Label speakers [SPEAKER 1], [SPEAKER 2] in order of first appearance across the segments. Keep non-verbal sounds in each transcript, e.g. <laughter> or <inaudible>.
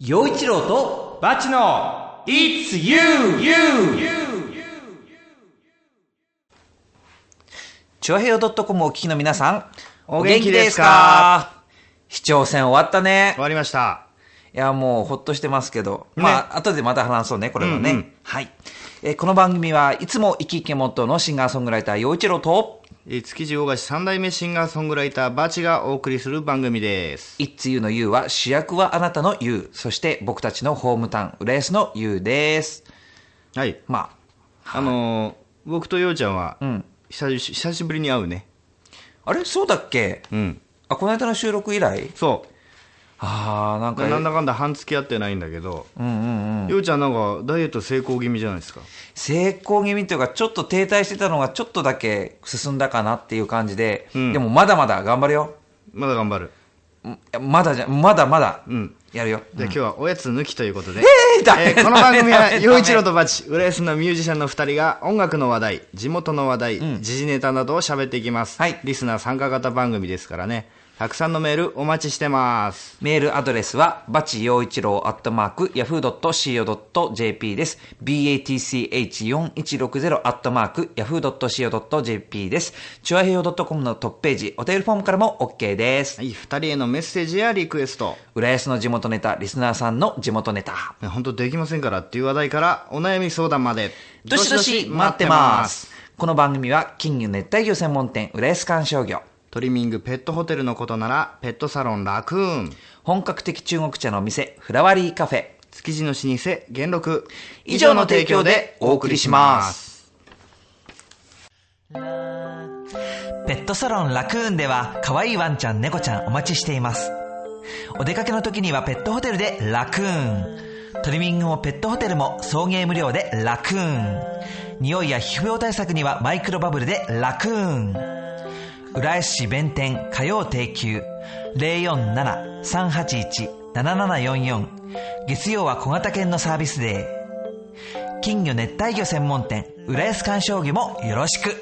[SPEAKER 1] 陽一郎と
[SPEAKER 2] バチの It's you! you!
[SPEAKER 1] チョアヘヨドットコムをお聞きの皆さん、
[SPEAKER 2] お元気ですか
[SPEAKER 1] 視聴戦終わったね
[SPEAKER 2] 終。わりました。
[SPEAKER 1] いや、もうほっとしてますけど、
[SPEAKER 2] ね
[SPEAKER 1] まあ、後でまた話そうね、これはね。
[SPEAKER 2] うんうん
[SPEAKER 1] はい。えーこの番組はいつも生き生きモットーのシンガーソングライター陽一郎と、
[SPEAKER 2] えー築地大橋三代目シンガーソングライターバチがお送りする番組です。
[SPEAKER 1] It's You の You は主役はあなたの You、そして僕たちのホームタウン、浦安の You です。
[SPEAKER 2] はい。
[SPEAKER 1] ま
[SPEAKER 2] あのー僕とようちゃんは、
[SPEAKER 1] あ、うん。
[SPEAKER 2] 久し久しぶりに会うね。
[SPEAKER 1] あれそうだっけ
[SPEAKER 2] うん。
[SPEAKER 1] あ、この間の収録以来
[SPEAKER 2] そ
[SPEAKER 1] ああ、なん
[SPEAKER 2] う。
[SPEAKER 1] か、
[SPEAKER 2] なんだかんだ半月会ってないんだけど、
[SPEAKER 1] うんうんうん。
[SPEAKER 2] ようちゃんなんかダイエット成功気味じゃないですか。
[SPEAKER 1] 成功気味というか、ちょっと停滞してたのがちょっとだけ進んだかなっていう感じで、
[SPEAKER 2] うん
[SPEAKER 1] でもまだまだ頑張るよ。
[SPEAKER 2] まだ頑張る。
[SPEAKER 1] うんまだじゃ、まだまだ
[SPEAKER 2] うん。
[SPEAKER 1] やるよ。
[SPEAKER 2] じゃあ今日はおやつ抜きということで。
[SPEAKER 1] えーダメ
[SPEAKER 2] えーこの番組
[SPEAKER 1] ダ
[SPEAKER 2] は
[SPEAKER 1] メダメ
[SPEAKER 2] 陽一郎とバチ浦安のミュージシャンの2人が音楽の話題地元の話題、時事ネタなどを喋っていきます、
[SPEAKER 1] はい
[SPEAKER 2] リスナー参加型番組ですからねたくさんのメールお待ちしてます
[SPEAKER 1] メールアドレスは、バチ陽一郎アットマーク、yahoo.co.jp です。batch4160 アットマーク、yahoo.co.jp です。チュアヘヨ .com のトップページ、お便りフォームからも OK です。
[SPEAKER 2] はい2人へのメッセージやリクエスト
[SPEAKER 1] 浦安の地元ネタ、リスナーさんの地元ネタ。
[SPEAKER 2] 本当できませんからっていう話題からお悩み相談まで
[SPEAKER 1] どしどし待ってます。この番組は、金魚熱帯魚専門店、浦安観賞魚。
[SPEAKER 2] トリミングペットホテルのことならペットサロンラクーン
[SPEAKER 1] 本格的中国茶のお店、フラワリーカフェ。
[SPEAKER 2] 築地の老舗元禄
[SPEAKER 1] 以上の提供でお送りしますペットサロンラクーンでは可愛いワンちゃん猫ちゃんお待ちしていますお出かけの時にはペットホテルでラクーントリミングもペットホテルも送迎無料でラクーン匂いや皮膚病対策にはマイクロバブルでラクーン浦安市弁天火曜定休047-381-7744月曜は小型犬のサービスデー金魚熱帯魚専門店浦安鑑賞魚もよろしく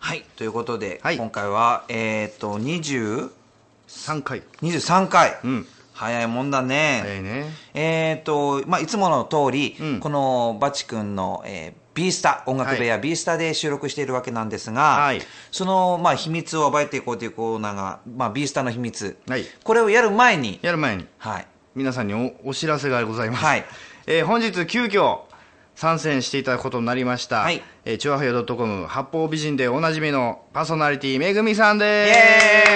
[SPEAKER 1] はい、ということで、
[SPEAKER 2] はい
[SPEAKER 1] 今回は、えっ、と、20、
[SPEAKER 2] 3回
[SPEAKER 1] 23回。
[SPEAKER 2] うん
[SPEAKER 1] 早いもんだね。
[SPEAKER 2] 早いね
[SPEAKER 1] えっ、と、まあ、いつもの通り、
[SPEAKER 2] うん
[SPEAKER 1] このバチ君の、えー、B スタ、音楽部屋 B スタで収録しているわけなんですが、
[SPEAKER 2] はい
[SPEAKER 1] その、まあ、秘密を暴いていこうというコーナーが、まあ、B スタの秘密。
[SPEAKER 2] はい
[SPEAKER 1] これをやる前に、
[SPEAKER 2] やる前に
[SPEAKER 1] はい。
[SPEAKER 2] 皆さんにおお知らせがございます、
[SPEAKER 1] はい
[SPEAKER 2] えー本日急遽参戦していただくことになりました、
[SPEAKER 1] はい
[SPEAKER 2] えー、チュアヘヨ .com 八方美人でおなじみのパーソナリティめぐみさんで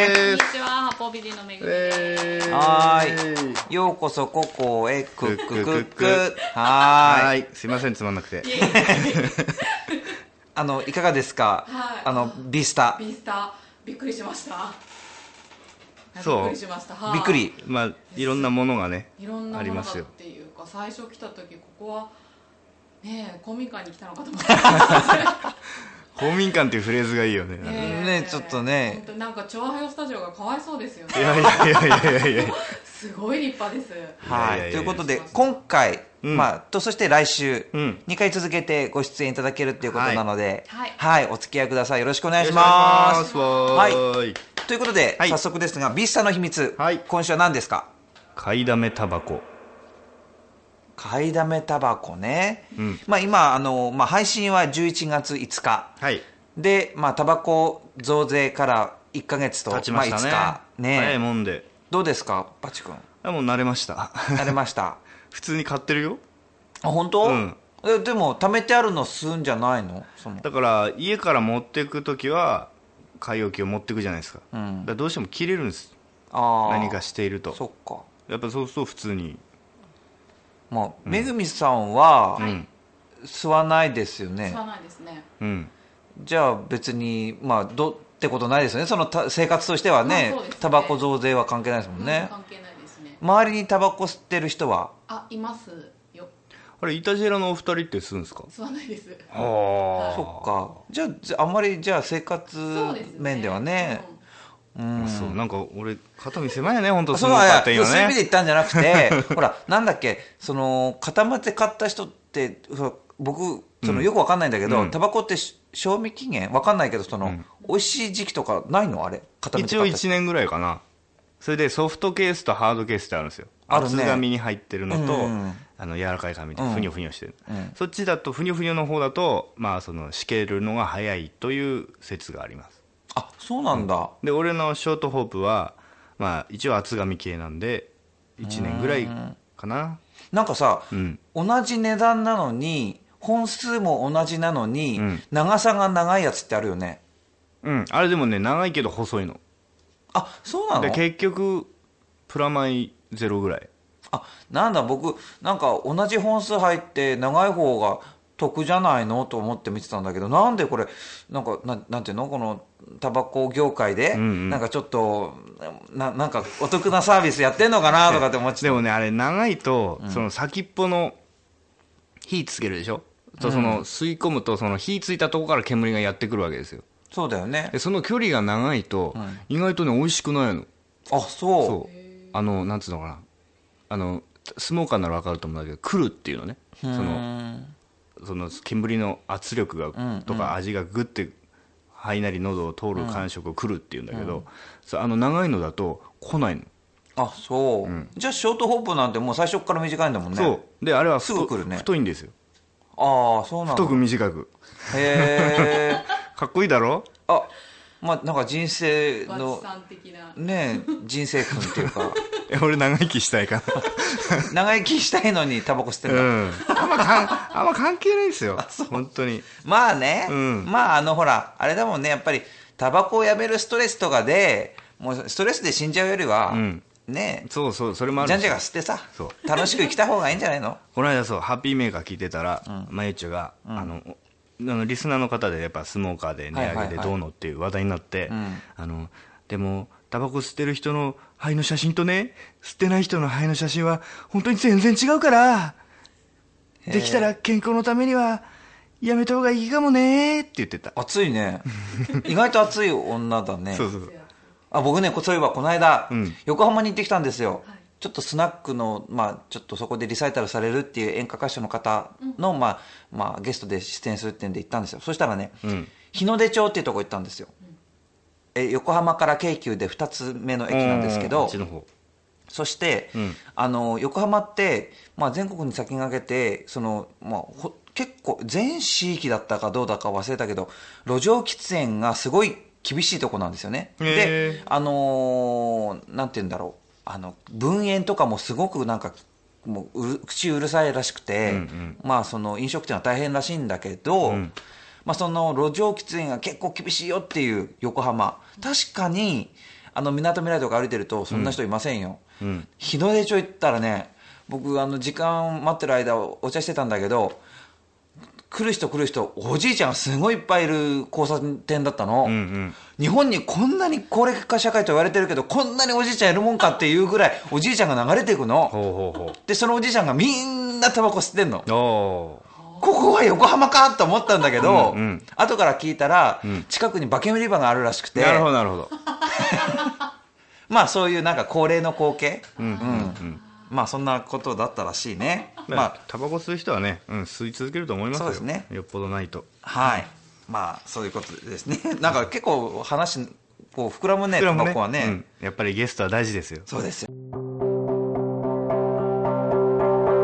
[SPEAKER 3] こんに
[SPEAKER 2] す
[SPEAKER 3] ちは、ハポビリのめぐみです。
[SPEAKER 2] えー
[SPEAKER 1] はーい。ようこそ、ここへ、くっくっくっ
[SPEAKER 2] くっくっ
[SPEAKER 1] く
[SPEAKER 2] くっ。
[SPEAKER 1] はーい。
[SPEAKER 2] はーいすいませんつまんなくて
[SPEAKER 1] あの、いかがですか、
[SPEAKER 3] はい
[SPEAKER 1] あの、ビスタ。
[SPEAKER 3] ビースター、びっくりしました。
[SPEAKER 2] そう
[SPEAKER 3] びっくりしました。はい
[SPEAKER 1] びっく。り。
[SPEAKER 2] まあいろんなものがね
[SPEAKER 3] いろんな
[SPEAKER 2] あ
[SPEAKER 3] も
[SPEAKER 2] り
[SPEAKER 3] のだ
[SPEAKER 2] ま
[SPEAKER 3] っ
[SPEAKER 2] すよ
[SPEAKER 3] ていうか、最初来た時、ここは。ねえ、公民館に来たのかと思った。
[SPEAKER 2] 公民館っていうフレーズがいいよね
[SPEAKER 1] <laughs> ねえちょっとね
[SPEAKER 3] 本当なんか、調和平スタジオがかわいそうですよ
[SPEAKER 2] い
[SPEAKER 3] ね。
[SPEAKER 2] やいやいやいやいやいや
[SPEAKER 3] すごい立派です。
[SPEAKER 1] はい
[SPEAKER 2] いやいやいや
[SPEAKER 1] ということで
[SPEAKER 3] そうそう
[SPEAKER 1] 今回、
[SPEAKER 2] うん
[SPEAKER 1] まあ、とそして来週、
[SPEAKER 2] うん
[SPEAKER 1] 2回続けてご出演いただけるということなので、
[SPEAKER 3] はい
[SPEAKER 1] お付き合いくださいよろしくお願いし
[SPEAKER 2] お
[SPEAKER 1] ま
[SPEAKER 2] 願い
[SPEAKER 1] す
[SPEAKER 2] しますはい
[SPEAKER 1] ということで、
[SPEAKER 2] はい
[SPEAKER 1] 早速ですがビッサの秘密、
[SPEAKER 2] はい
[SPEAKER 1] 今週は何ですか
[SPEAKER 2] 買いだめタバコ
[SPEAKER 1] 買いだめタバコね、
[SPEAKER 2] うん
[SPEAKER 1] まあ、今あの、まあ、配信は11月5日
[SPEAKER 2] はい
[SPEAKER 1] でまあタバコ増税から1か月と
[SPEAKER 2] 立ちましたね,、
[SPEAKER 1] あ、5日ね、
[SPEAKER 2] 早いもんで
[SPEAKER 1] どうですかバチ君
[SPEAKER 2] あもう慣れました <laughs>
[SPEAKER 1] 慣れました
[SPEAKER 2] 普通に買ってるよ
[SPEAKER 1] あ本当、
[SPEAKER 2] うん
[SPEAKER 1] えでも貯めてあるの吸うんじゃないのその
[SPEAKER 2] だから家から持ってく時は買い置きを持ってくじゃないですか,、
[SPEAKER 1] うん
[SPEAKER 2] だからどうしても切れるんです
[SPEAKER 1] ああ
[SPEAKER 2] 何かしていると
[SPEAKER 1] そっか
[SPEAKER 2] やっぱそうすると普通に、
[SPEAKER 1] まあ、めぐみさんは
[SPEAKER 2] うん
[SPEAKER 1] 吸わないですよね
[SPEAKER 3] 知らないですね。
[SPEAKER 2] うん
[SPEAKER 1] じゃあ別にまあどうってことないですよねそのた生活としてはね
[SPEAKER 3] まあそうですね
[SPEAKER 1] タバコ増税は関係ないですもん
[SPEAKER 3] うん
[SPEAKER 1] ね
[SPEAKER 3] 関係ないですね。
[SPEAKER 1] 周りにタバコ吸ってる人は
[SPEAKER 3] あ、いますよ。
[SPEAKER 2] あれイタジェラのお二人って吸うんですか
[SPEAKER 3] 吸わないです。
[SPEAKER 2] ああ
[SPEAKER 1] そっかじゃあじゃああんまりじゃあ生活
[SPEAKER 3] そうですね。
[SPEAKER 1] 面ではね
[SPEAKER 3] うん
[SPEAKER 1] うん
[SPEAKER 2] そうなんか俺肩身狭いよね本当
[SPEAKER 1] そ
[SPEAKER 2] そうの
[SPEAKER 1] は
[SPEAKER 2] 買
[SPEAKER 1] や
[SPEAKER 2] っ
[SPEAKER 1] で
[SPEAKER 2] て今
[SPEAKER 1] 水で
[SPEAKER 2] ね
[SPEAKER 1] 言ったんじゃ
[SPEAKER 2] <laughs>
[SPEAKER 1] なくてほらなんだっけその固まって買った人ってそう僕そのよくわかんないんだけ
[SPEAKER 2] う
[SPEAKER 1] ど、
[SPEAKER 2] ん
[SPEAKER 1] タバコってし賞味期限わかんないけど、その、美味しい時期とかないのあれ固めて
[SPEAKER 2] 一
[SPEAKER 1] 買
[SPEAKER 2] 応
[SPEAKER 1] ったやつ
[SPEAKER 2] 1年ぐらいかなそれでソフトケースとハードケースってあるんですよ
[SPEAKER 1] あるね
[SPEAKER 2] 厚紙に入ってるのと、
[SPEAKER 1] うん
[SPEAKER 2] あの柔らかい紙で
[SPEAKER 1] うん
[SPEAKER 2] ふにょふにょしてる、
[SPEAKER 1] うん
[SPEAKER 2] そっちだとふにょふにょの方だとまあそのしけるのが早いという説があります
[SPEAKER 1] あ、そうなんだ。
[SPEAKER 2] で俺のショートホープはまあ一応厚紙系なんで1年ぐらいかな
[SPEAKER 1] なんかさ、
[SPEAKER 2] うん
[SPEAKER 1] 同じ値段なのに、本数も同じなのに、
[SPEAKER 2] うん
[SPEAKER 1] 長さが長いやつってあるよね。
[SPEAKER 2] うんあれでもね長いけど細いの
[SPEAKER 1] あ、そうな
[SPEAKER 2] で
[SPEAKER 1] の
[SPEAKER 2] 結局プラマイゼロぐらい
[SPEAKER 1] あ、なんだ、僕、なんか同じ本数入って長い方が得じゃないのと思って見てたんだけど、なんでこれ、なんか、なんなんていうのこの、タバコ業界で、
[SPEAKER 2] うんうん
[SPEAKER 1] なんかちょっとな、なんかお得なサービスやってんのかなとかって思って
[SPEAKER 2] でもねあれ長いと、その先っぽの火つけるでしょ、とその吸い込むとその火ついたとこから煙がやってくるわけですよ
[SPEAKER 1] そうだよね
[SPEAKER 2] で。その距離が長いと、意外とね美味しくないの
[SPEAKER 1] あ、そう。
[SPEAKER 2] そうあのなんつうのかなあのスモーカーなら分かると思うんだけど来るっていうのねそのその煙の圧力が、とか味がグッて肺なり喉を通る感触を来るっていうんだけど、そうあの長いのだと来ないの
[SPEAKER 1] あ、そう、じゃあショートホープなんてもう最初から短いんだもんね。
[SPEAKER 2] そうであれは太
[SPEAKER 1] すぐ来るね
[SPEAKER 2] 太いんですよ
[SPEAKER 1] ああ、そうなんだ
[SPEAKER 2] 太。く短く
[SPEAKER 1] へ
[SPEAKER 2] <laughs>
[SPEAKER 1] え。
[SPEAKER 2] かっこいいだ
[SPEAKER 1] <laughs>
[SPEAKER 2] ろ
[SPEAKER 1] あ、まあなんか人生
[SPEAKER 3] バ
[SPEAKER 1] の
[SPEAKER 3] チ、さん的な。
[SPEAKER 1] ねえ、人生観っていうか、
[SPEAKER 2] え俺長生きしたいか
[SPEAKER 1] 長生きしたいのにタバコ吸って
[SPEAKER 2] ら
[SPEAKER 1] ん
[SPEAKER 2] う
[SPEAKER 1] だ。
[SPEAKER 2] んあんまかんあんま関係ないですよ本当に
[SPEAKER 1] まあね、
[SPEAKER 2] うん
[SPEAKER 1] まああのほら、あれだもんね、やっぱりタバコをやめるストレスとかで、もうストレスで死んじゃうよりは、
[SPEAKER 2] うん
[SPEAKER 1] ね
[SPEAKER 2] そうそうそれも
[SPEAKER 1] え、
[SPEAKER 2] あ
[SPEAKER 1] じゃ
[SPEAKER 2] る
[SPEAKER 1] ん
[SPEAKER 2] し
[SPEAKER 1] じゃが吸ってさ
[SPEAKER 2] そ、
[SPEAKER 1] 楽しく生きた方がいいんじゃない
[SPEAKER 2] <laughs>
[SPEAKER 1] の
[SPEAKER 2] この間そうハッピーメーカー聞いてたら、まゆちょが、あのおあのリスナーの方でやっぱスモーカーで値
[SPEAKER 1] はい
[SPEAKER 2] 上
[SPEAKER 1] は
[SPEAKER 2] げ
[SPEAKER 1] い
[SPEAKER 2] で
[SPEAKER 1] はい
[SPEAKER 2] どうのっていう話題になって、
[SPEAKER 1] ん
[SPEAKER 2] あのでもタバコ吸ってる人の肺の写真とね吸ってない人の肺の写真は本当に全然違うからできたら健康のためにはやめた方がいいかもねって言ってた
[SPEAKER 1] 熱いね。意外と熱い女だね。
[SPEAKER 2] そうそうそう
[SPEAKER 1] あ僕ね、こそういえばこの間、
[SPEAKER 2] うん
[SPEAKER 1] 横浜に行ってきたんですよ、
[SPEAKER 3] はい
[SPEAKER 1] ちょっとスナックの、まあ、ちょっとそこでリサイタルされるっていう演歌歌手の方の、まあまあ、ゲストで出演するっていうんで行ったんですよ、そしたらね、
[SPEAKER 2] うん
[SPEAKER 1] 日の出町っていうとこ行ったんですよ、え横浜から京急で2つ目の駅なんですけ
[SPEAKER 2] うんあ
[SPEAKER 1] ど
[SPEAKER 2] っ、ちの方
[SPEAKER 1] そして、
[SPEAKER 2] うん
[SPEAKER 1] あの横浜って、まあ、全国に先駆けてその、まあ、ほ結構全市域だったかどうだか忘れたけど路上喫煙がすごい厳しいとこなんですよね。
[SPEAKER 2] へ
[SPEAKER 1] で
[SPEAKER 2] ー
[SPEAKER 1] あのーなんて言うんだろうあの分煙とかもすごくなんかもううる口うるさいらしくて、
[SPEAKER 2] うんうん
[SPEAKER 1] まあ、その飲食店は大変らしいんだけど、
[SPEAKER 2] ん
[SPEAKER 1] まあ、その路上喫煙が結構厳しいよっていう横浜確かにあのみなとみらいとか歩いてるとそんな人いませんよ、
[SPEAKER 2] うん
[SPEAKER 1] 日の出町行ったらね僕あの時間待ってる間お茶してたんだけど来る人来る人おじいちゃんがすごいいっぱいいる交差点だったの、
[SPEAKER 2] うんうん
[SPEAKER 1] 日本にこんなに高齢化社会と言われてるけどこんなにおじいちゃんいるもんかっていうぐらいおじいちゃんが流れていくの
[SPEAKER 2] ほうほうほ
[SPEAKER 1] でそのおじいちゃんがみんなタバコ吸ってんの
[SPEAKER 2] うお
[SPEAKER 1] ここは横浜かと思ったんだけど、
[SPEAKER 2] うんうん
[SPEAKER 1] 後から聞いたら、
[SPEAKER 2] ん
[SPEAKER 1] 近くにバケ売り場があるらしく
[SPEAKER 2] ー
[SPEAKER 1] て
[SPEAKER 2] なるほどなるほど
[SPEAKER 1] まあそういうなんか高齢の光景、
[SPEAKER 2] うんうんうん
[SPEAKER 1] まあそんなことだったらしいねま
[SPEAKER 2] ま
[SPEAKER 1] あ
[SPEAKER 2] あタバコ吸う人はね、うん、吸い続けると思いますよ
[SPEAKER 1] そうですね
[SPEAKER 2] よっぽどないと
[SPEAKER 1] はいまあそういうことですね <laughs> なんか結構話こう膨らむね
[SPEAKER 2] 僕ら
[SPEAKER 1] タ
[SPEAKER 2] も
[SPEAKER 1] バコはね、
[SPEAKER 2] うんやっぱりゲストは大事ですよ
[SPEAKER 1] そうですよ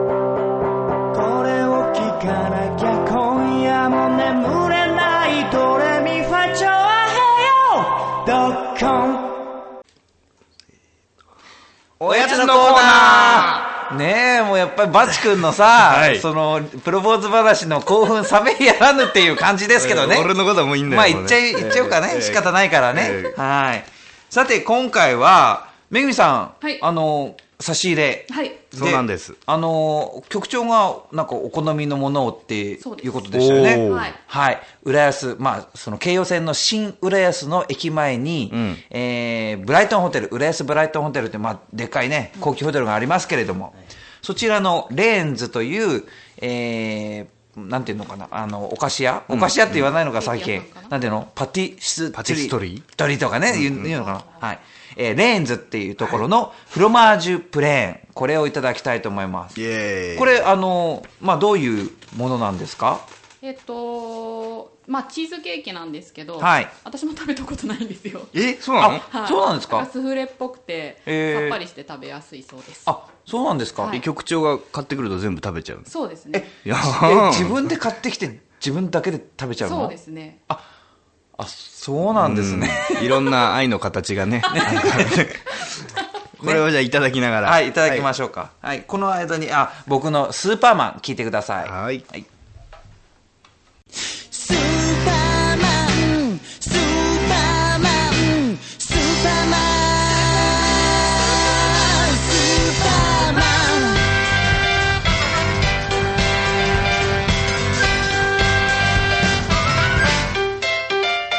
[SPEAKER 4] これを聞かなきゃ今夜も眠れないドレミファチョアヘヨドッコン
[SPEAKER 1] お
[SPEAKER 2] やつのコーナ
[SPEAKER 1] ーねえ、もうやっぱりバチ君のさ、
[SPEAKER 2] はい
[SPEAKER 1] その、プロポーズ話の興奮冷めやらぬっていう感じですけどね。
[SPEAKER 2] えー俺のことはもういいんだよ
[SPEAKER 1] まあ
[SPEAKER 2] も
[SPEAKER 1] 言
[SPEAKER 2] う
[SPEAKER 1] っちゃい、言っちゃおうかね。
[SPEAKER 2] えー
[SPEAKER 1] 仕方ないからね。
[SPEAKER 2] え
[SPEAKER 1] はい。さて、今回は、めぐみさん、
[SPEAKER 3] はい
[SPEAKER 1] あの、差し入れ。
[SPEAKER 3] はい。
[SPEAKER 2] そうなんです。
[SPEAKER 1] あの、局長が、なんかお好みのものをって
[SPEAKER 3] そうです
[SPEAKER 1] いうことでしたよね。
[SPEAKER 2] おー
[SPEAKER 3] はい
[SPEAKER 1] はい、浦安、まあ、その京葉線の新浦安の駅前に、
[SPEAKER 2] うん
[SPEAKER 1] えーブライトンホテル、浦安ブライトンホテルって、まあ、でっかいね、高級ホテルがありますけれども、そちらのレーンズという、えーなんていうのかな、あの、お菓子屋、お菓子屋って言わないのか、最近
[SPEAKER 3] ケーキ屋さんか。な
[SPEAKER 1] なんていうのパティス、
[SPEAKER 2] パティストリー
[SPEAKER 1] トリーとかね、言う言うのかな。はい。えーレーンズっていうところのフロマージュプレーン、これをいただきたいと思います。
[SPEAKER 2] イエーイ
[SPEAKER 1] これ、あの、まあ、どういうものなんですか
[SPEAKER 3] えっとまあチーズケーキなんですけど、
[SPEAKER 1] はい
[SPEAKER 3] 私も食べたことないんで
[SPEAKER 1] <laughs>
[SPEAKER 3] すよ、
[SPEAKER 2] えそうなの
[SPEAKER 3] はい
[SPEAKER 1] そうなんですか
[SPEAKER 3] なスフレっぽくて、
[SPEAKER 1] えー
[SPEAKER 3] さっぱりして食べやすいそうです
[SPEAKER 1] あそうなんですか、
[SPEAKER 3] はい
[SPEAKER 2] え局長が買ってくると全部食べちゃうの
[SPEAKER 3] そうですね
[SPEAKER 2] いや
[SPEAKER 1] え
[SPEAKER 2] ー
[SPEAKER 1] 自分で買ってきて自分だけで食べちゃうの
[SPEAKER 3] そうですね
[SPEAKER 1] あそうなんですね、
[SPEAKER 2] うんいろんな愛の形
[SPEAKER 1] <laughs>
[SPEAKER 2] がね <laughs> なんかねこれをじゃあいただきながら
[SPEAKER 1] はいいただきま
[SPEAKER 2] し
[SPEAKER 1] しょうか、はいこの間にあ僕の「スーパーマン」聞いてください
[SPEAKER 2] はい
[SPEAKER 1] はい、
[SPEAKER 5] スーパーマンスーパーマンスーパーマンスーパーマンど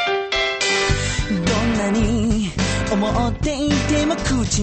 [SPEAKER 5] んなに思っていても口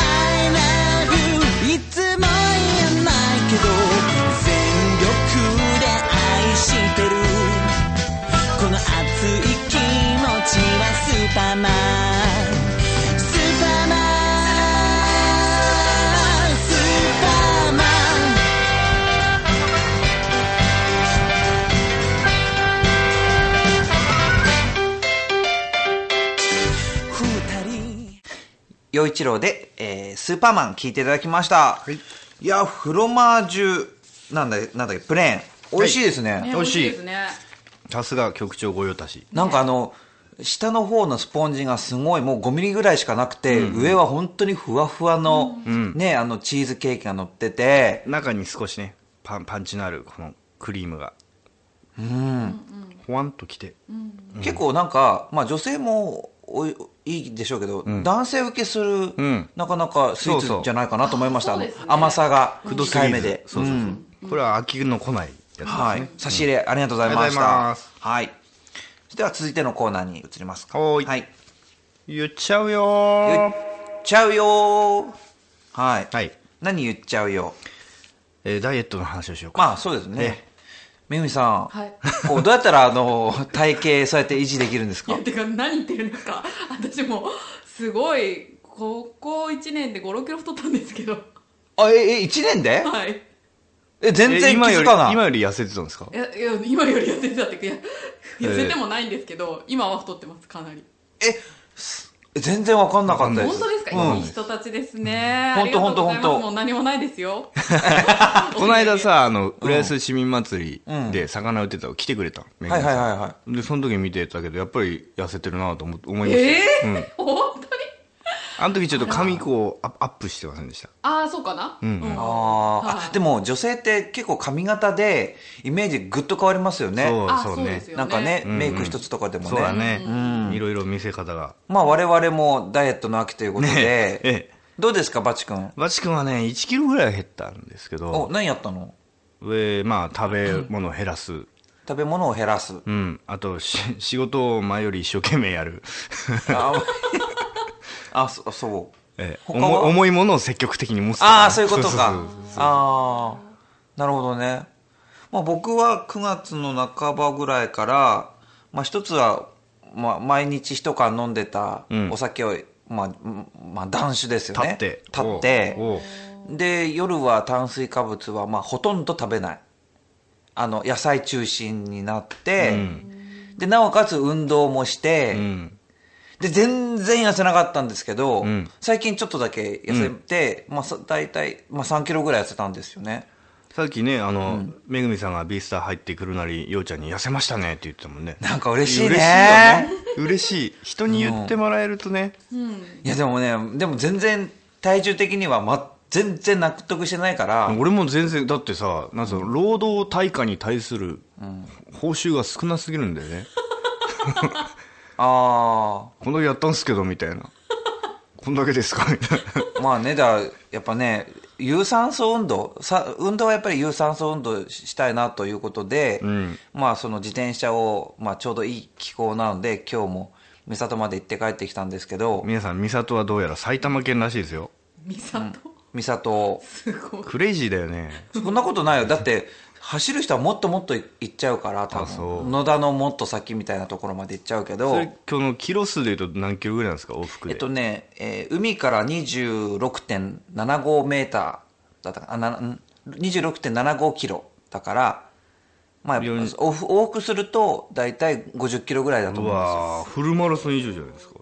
[SPEAKER 5] I love you いつも言えないけど全力で愛してるこの熱い気持ちはスーパーマンスーパーマンスーパーマン二人
[SPEAKER 1] 陽一郎で、えースーパーマン」聞いていただきました、い、やフロマージュなんだなんだっけプレーン美味しいですね、
[SPEAKER 3] ね
[SPEAKER 2] 美味しい
[SPEAKER 3] ですね
[SPEAKER 2] さすが局長御用達
[SPEAKER 1] なんかあの下の方のスポンジがすごいもう5ミリぐらいしかなくて、上は本当にふわふわの、ねあのチーズケーキが乗ってて、
[SPEAKER 2] 中に少しねパンパンチのあるこのクリームがうんほわんときて
[SPEAKER 1] 結構なんか、まあ、女性もおいいいでしょうけど、男性受けする、
[SPEAKER 2] ん
[SPEAKER 1] なかなかスイー
[SPEAKER 2] そうそ
[SPEAKER 1] ツ
[SPEAKER 2] う
[SPEAKER 1] じゃないかなと思いました、
[SPEAKER 3] あ
[SPEAKER 1] あの
[SPEAKER 3] そうですね
[SPEAKER 1] 甘さが
[SPEAKER 2] くどす
[SPEAKER 1] 控え
[SPEAKER 2] ぎ
[SPEAKER 1] め
[SPEAKER 2] ず
[SPEAKER 1] で
[SPEAKER 2] そうそうそううんこれは飽きの来ないやつですね
[SPEAKER 1] はい、差し入れありがとうございま
[SPEAKER 2] ありがとう
[SPEAKER 1] し
[SPEAKER 2] ござい
[SPEAKER 1] た
[SPEAKER 2] ます
[SPEAKER 1] はいでは続いてのコーナーに移りますか
[SPEAKER 2] はーい
[SPEAKER 1] はい
[SPEAKER 2] 言っちゃうよ
[SPEAKER 1] 言っ
[SPEAKER 2] ー
[SPEAKER 1] ちゃうよーはい、
[SPEAKER 2] はい、
[SPEAKER 1] 何言っちゃうよ
[SPEAKER 2] えーダイエットの話をしようか
[SPEAKER 1] まあそうですね。めぐみさん、
[SPEAKER 3] はい
[SPEAKER 1] こうどうやったらあの体型そうやって維持できるんです
[SPEAKER 3] い
[SPEAKER 1] か
[SPEAKER 3] や。てか何言ってるのか <laughs> 私もすごいここ1年で5 6キロ太ったんですけど
[SPEAKER 1] <laughs> あええ一年で？
[SPEAKER 3] はい
[SPEAKER 1] え全
[SPEAKER 2] えー
[SPEAKER 1] 然気
[SPEAKER 2] 今よ
[SPEAKER 1] づ
[SPEAKER 2] り
[SPEAKER 1] かない。
[SPEAKER 2] 今より痩せてたんですか
[SPEAKER 3] いやいや今より痩せてたっていや痩せてもないんですけど、今は太ってますかなり
[SPEAKER 1] えす全然わかんなかったで
[SPEAKER 3] 本
[SPEAKER 1] す。
[SPEAKER 3] 当ですか、
[SPEAKER 1] うん
[SPEAKER 3] いい人たちですね
[SPEAKER 1] ほんと
[SPEAKER 3] ありがとうございます
[SPEAKER 1] ほんとほんと
[SPEAKER 3] もう何もないで
[SPEAKER 1] <laughs>
[SPEAKER 3] すよ
[SPEAKER 2] この間さあの浦安市民祭りで魚売ってたの来てくれたの
[SPEAKER 1] はいはいはいは
[SPEAKER 2] でその時見てたけどやっぱり痩せてるなと思思いました、
[SPEAKER 3] ええ
[SPEAKER 2] うん
[SPEAKER 3] ー本当に
[SPEAKER 2] あの時ちょっと髪こうアップアップしてませんでした
[SPEAKER 3] ああそうかな
[SPEAKER 2] うん
[SPEAKER 1] あー
[SPEAKER 3] は
[SPEAKER 1] あ
[SPEAKER 3] い
[SPEAKER 1] でも女性って結構髪型でイメージぐっと変わりますよね。
[SPEAKER 2] そう
[SPEAKER 3] あ
[SPEAKER 2] そう
[SPEAKER 3] そう
[SPEAKER 2] ね
[SPEAKER 3] ですよ
[SPEAKER 1] なんかね、
[SPEAKER 2] うんうん
[SPEAKER 1] メイク一つとかでもね。
[SPEAKER 2] そうだね、いろいろ見せ方が
[SPEAKER 1] まあ我々もダイエットの秋ということで、
[SPEAKER 2] ねええ
[SPEAKER 1] どうですかバチ君。
[SPEAKER 2] バチ君はね1キロぐらい減ったんですけ
[SPEAKER 1] お
[SPEAKER 2] ど
[SPEAKER 1] 何やったの？
[SPEAKER 2] えーまあ食べ物を減らす
[SPEAKER 1] 食べ物を減
[SPEAKER 2] <laughs>
[SPEAKER 1] らす。
[SPEAKER 2] うんあとし仕事を前より一生懸命やる <laughs>
[SPEAKER 1] ああそそう。
[SPEAKER 2] ええ
[SPEAKER 1] 他は
[SPEAKER 2] 重い重いものを積極的に持つとか
[SPEAKER 1] ああそういうことか
[SPEAKER 2] そうそうそう
[SPEAKER 1] ああなるほどね、まあ、僕は9月の半ばぐらいから、まあ、一つは、まあ、毎日一缶飲んでた
[SPEAKER 2] うん
[SPEAKER 1] お酒を、まあうんまあ、断酒ですよ
[SPEAKER 2] 立
[SPEAKER 1] ね
[SPEAKER 2] って
[SPEAKER 1] 立って
[SPEAKER 2] おうおう
[SPEAKER 1] で夜は炭水化物は、まあ、ほとんど食べないあの野菜中心になって、でなおかつ運動もして、
[SPEAKER 2] うん
[SPEAKER 1] で全然痩せなかったんですけど、
[SPEAKER 2] ん
[SPEAKER 1] 最近ちょっとだけ痩せて、まあ、さ大体、まあ、3キロぐらい痩せたんですよね
[SPEAKER 2] さっきねあの、めぐみさんがビースター入ってくるなりようちゃんに痩せましたねって言ってたもんね
[SPEAKER 1] なんか嬉しいね
[SPEAKER 2] 嬉しいよね嬉しい人に言ってもらえるとね、
[SPEAKER 1] いやでもねでも全然体重的には、ま、全然納得してないから、
[SPEAKER 2] 俺も全然だってさなんつうの労働対価に対する報酬が少なすぎるんだよね、
[SPEAKER 1] あ
[SPEAKER 2] こ
[SPEAKER 1] <laughs>
[SPEAKER 2] んだけやったんすけどみたいなこんだけですかみたいな
[SPEAKER 1] あまあねだやっぱね有酸素運動さ運動はやっぱり有酸素運動したいなということで、
[SPEAKER 2] ん
[SPEAKER 1] まあその自転車を、まあ、ちょうどいい気候なので今日も三郷まで行って帰ってきたんですけど
[SPEAKER 2] 皆さん三郷はどうやら埼玉県らしいですよ
[SPEAKER 3] ミサ
[SPEAKER 1] 三
[SPEAKER 3] ト
[SPEAKER 1] 郷
[SPEAKER 3] すごい
[SPEAKER 2] クレイジーだよね
[SPEAKER 1] そんなことないよだって走る人はもっともっと行っちゃうから多
[SPEAKER 2] あそ
[SPEAKER 1] 分
[SPEAKER 2] う
[SPEAKER 1] 野田のもっと先みたいなところまで行っちゃうけど
[SPEAKER 2] それこのキロ数でいうと何キロぐらいなんですか往復
[SPEAKER 1] え
[SPEAKER 2] で、
[SPEAKER 1] っとね、えー海から26.75メーターだったかなあなうん26.75キロだから、まあ、
[SPEAKER 2] よん
[SPEAKER 1] 往復往復すると大体50キロぐらいだと
[SPEAKER 2] う
[SPEAKER 1] 思うんですよ。
[SPEAKER 2] わーフルマラソン以上じゃないですか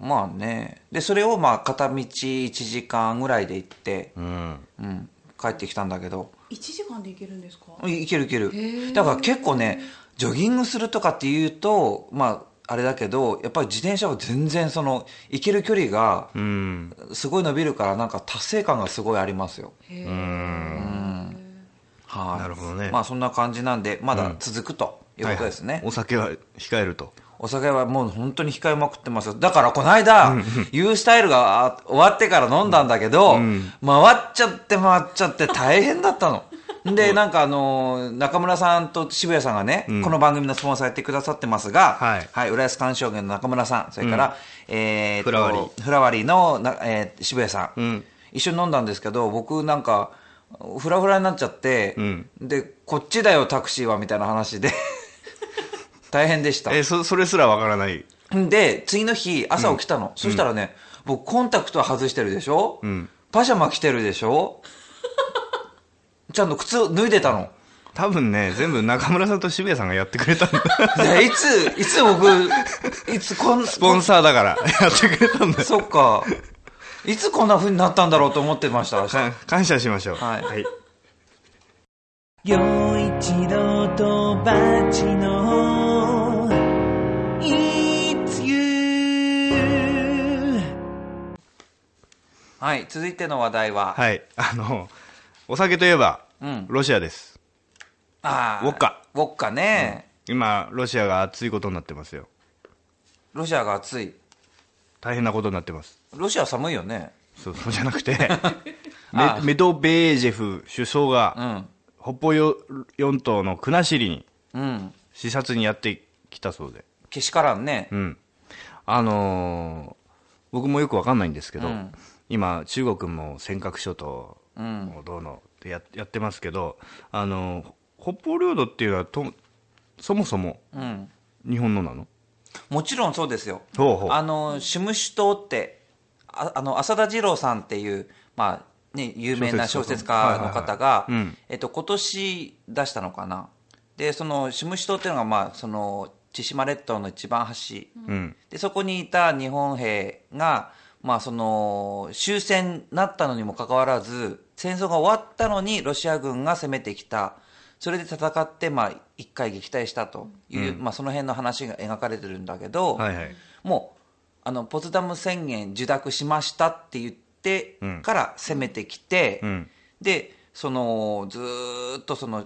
[SPEAKER 1] まあね。で、それをまあ片道1時間ぐらいで行って、
[SPEAKER 2] うん
[SPEAKER 1] うん、帰ってきたんだけど、
[SPEAKER 3] 一時間で行けるんですか
[SPEAKER 1] いいけるいける
[SPEAKER 3] ー
[SPEAKER 1] だから結構ねジョギングするとかっていうとまああれだけどやっぱり自転車は全然その行ける距離が
[SPEAKER 2] うん
[SPEAKER 1] すごい伸びるからなんか達成感がすごいありますよ
[SPEAKER 3] へえ
[SPEAKER 1] はい
[SPEAKER 2] なるほどね
[SPEAKER 1] まあそんな感じなんでまだ続くということですね、
[SPEAKER 2] はいはいお酒は控えると
[SPEAKER 1] お酒はもう本当に控えまくってますよだからこの間 U スタイルがあ終わってから飲んだんだけど、回っちゃって回っちゃって大変だった
[SPEAKER 2] <laughs>
[SPEAKER 1] のでなんかあのー中村さんと渋谷さんがね、この番組のスポンサーやってくださってますが、
[SPEAKER 2] はい
[SPEAKER 1] 浦安鑑賞源の中村さんそれから、えーっと
[SPEAKER 2] フラワリー
[SPEAKER 1] フラワリーのな、えー渋谷さん、
[SPEAKER 2] ん
[SPEAKER 1] 一緒に飲んだんですけど僕なんかフラフラになっちゃって、
[SPEAKER 2] うん
[SPEAKER 1] でこっちだよタクシーはみたいな話で <laughs> 大変でした
[SPEAKER 2] えそそれすらわからない
[SPEAKER 1] で、次の日、朝起きたの。そしたらね、僕、コンタクトは外してるでしょ、
[SPEAKER 2] ん
[SPEAKER 1] パジャマ着てるでし
[SPEAKER 2] <laughs>
[SPEAKER 1] ょちゃんと靴脱いでたの。
[SPEAKER 2] 多
[SPEAKER 1] <laughs>
[SPEAKER 2] 分ね全部中村さんと渋谷さんがやってくれたんだ
[SPEAKER 1] でいつ、いつ
[SPEAKER 2] <laughs>
[SPEAKER 1] 僕、いつこんな、
[SPEAKER 2] スポンサーだ
[SPEAKER 1] <laughs>
[SPEAKER 2] からやってくれたんだよ
[SPEAKER 1] そっか。いつこんな風になったんだろうと思ってました。
[SPEAKER 2] か感謝しましょう
[SPEAKER 1] はい
[SPEAKER 5] よ一度とばちの It's you
[SPEAKER 1] はい、続いての話題は、
[SPEAKER 2] はい、あのお酒といえば、
[SPEAKER 1] うん
[SPEAKER 2] ロシアです
[SPEAKER 1] あー
[SPEAKER 2] ウォッカ。
[SPEAKER 1] ウォッカね。
[SPEAKER 2] 今ロシアが熱いことになってますよ
[SPEAKER 1] ロシアが暑い。
[SPEAKER 2] 大変なことになってます
[SPEAKER 1] ロシア寒いよね。
[SPEAKER 2] そうそうじゃ
[SPEAKER 1] <laughs>
[SPEAKER 2] なくてメメドベージェフ首相
[SPEAKER 1] う
[SPEAKER 2] が
[SPEAKER 1] ん。
[SPEAKER 2] 北方よ四島の国後に
[SPEAKER 1] うん。
[SPEAKER 2] 視察にやってきたそうで
[SPEAKER 1] けしからんね
[SPEAKER 2] う。んあのー僕もよくわかんないんですけど、
[SPEAKER 1] うん
[SPEAKER 2] 今中国も尖閣諸島
[SPEAKER 1] うん
[SPEAKER 2] をどうのってややってますけどあのー北方領土っていうのはとそもそも
[SPEAKER 1] うん。
[SPEAKER 2] 日本のなの
[SPEAKER 1] もちろんそうですよ。
[SPEAKER 2] ほうほう
[SPEAKER 1] あの、シムシュ島って、ああの、浅田二郎さんっていう、まあ、ね、有名な小
[SPEAKER 2] 小
[SPEAKER 1] 説
[SPEAKER 2] 説
[SPEAKER 1] 家
[SPEAKER 2] 家
[SPEAKER 1] の方が
[SPEAKER 2] はいはいはいうん、
[SPEAKER 1] えっと、今年出したのかな。で、その、シムシュ島っていうのが、まあ、その、千島列島の一番端。
[SPEAKER 2] うん
[SPEAKER 1] で、そこにいた日本兵が、まあ、その、終戦になったのにもかかわらず、戦争が終わったのにロシア軍が攻めてきた。それで戦って、まあ、一回撃退したという、まあ、その辺の話が描かれてるんだけど、
[SPEAKER 2] はいはい
[SPEAKER 1] もうあのポツダム宣言受諾しましたって言って
[SPEAKER 2] うん
[SPEAKER 1] から攻めてきて、
[SPEAKER 2] うん
[SPEAKER 1] でそのずーっとその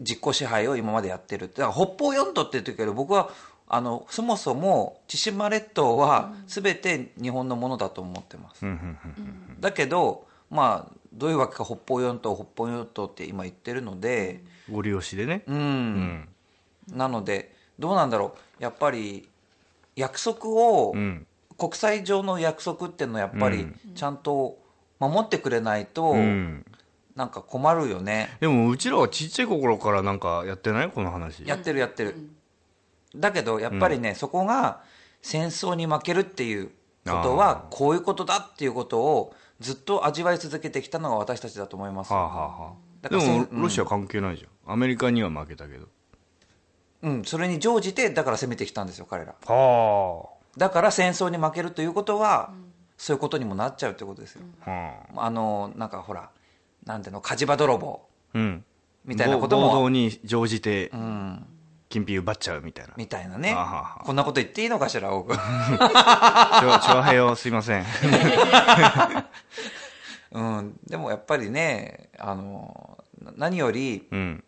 [SPEAKER 1] 実効支配を今までやってるだから北方四島って言ってるけど僕はあのそもそも千島列島は全て日本のものだと思ってます、
[SPEAKER 2] うんうんうん
[SPEAKER 1] だけどまあどういうわけか北方四島北方四島って今言ってるので
[SPEAKER 2] ご利用しでね、
[SPEAKER 1] うん、
[SPEAKER 2] うん
[SPEAKER 1] なのでどうなんだろうやっぱり約束を、
[SPEAKER 2] うん
[SPEAKER 1] 国際上の約束っていうのはやっぱ
[SPEAKER 2] う
[SPEAKER 1] り
[SPEAKER 2] ん
[SPEAKER 1] ちゃんと守ってくれないと
[SPEAKER 2] うん
[SPEAKER 1] なんか困るよね、
[SPEAKER 2] でもうちらはちっちゃい頃からなんかやってないこの話
[SPEAKER 1] やってるやってる、だけどやっぱりね、そこが戦争に負けるっていうことはこういうことだっていうことをずっと味わい続けてきたのが私たちだと思います、
[SPEAKER 2] はあ、はあはあ、
[SPEAKER 1] だ
[SPEAKER 2] で
[SPEAKER 1] から
[SPEAKER 2] も
[SPEAKER 1] せん
[SPEAKER 2] ロシア関係ないじゃんアメリカには負けたけど
[SPEAKER 1] うん、それに乗じてだから攻めてきたんですよ彼ら
[SPEAKER 2] は
[SPEAKER 1] だから戦争に負けるということは、そういうことにもなっちゃうってことですよ、
[SPEAKER 2] あはあ
[SPEAKER 1] あのなんかほらなんていうの火事場泥棒
[SPEAKER 2] うん
[SPEAKER 1] みたいなこと
[SPEAKER 2] 暴
[SPEAKER 1] も
[SPEAKER 2] 暴動に乗じて
[SPEAKER 1] うん
[SPEAKER 2] 金品奪っちゃうみたいな
[SPEAKER 1] みたいなね
[SPEAKER 2] あはは。
[SPEAKER 1] こんなこと言っていいのかしら、僕。 <laughs>
[SPEAKER 2] ちょちょはよすいません
[SPEAKER 1] うん。でもやっぱりね、あの、な何より、
[SPEAKER 2] うん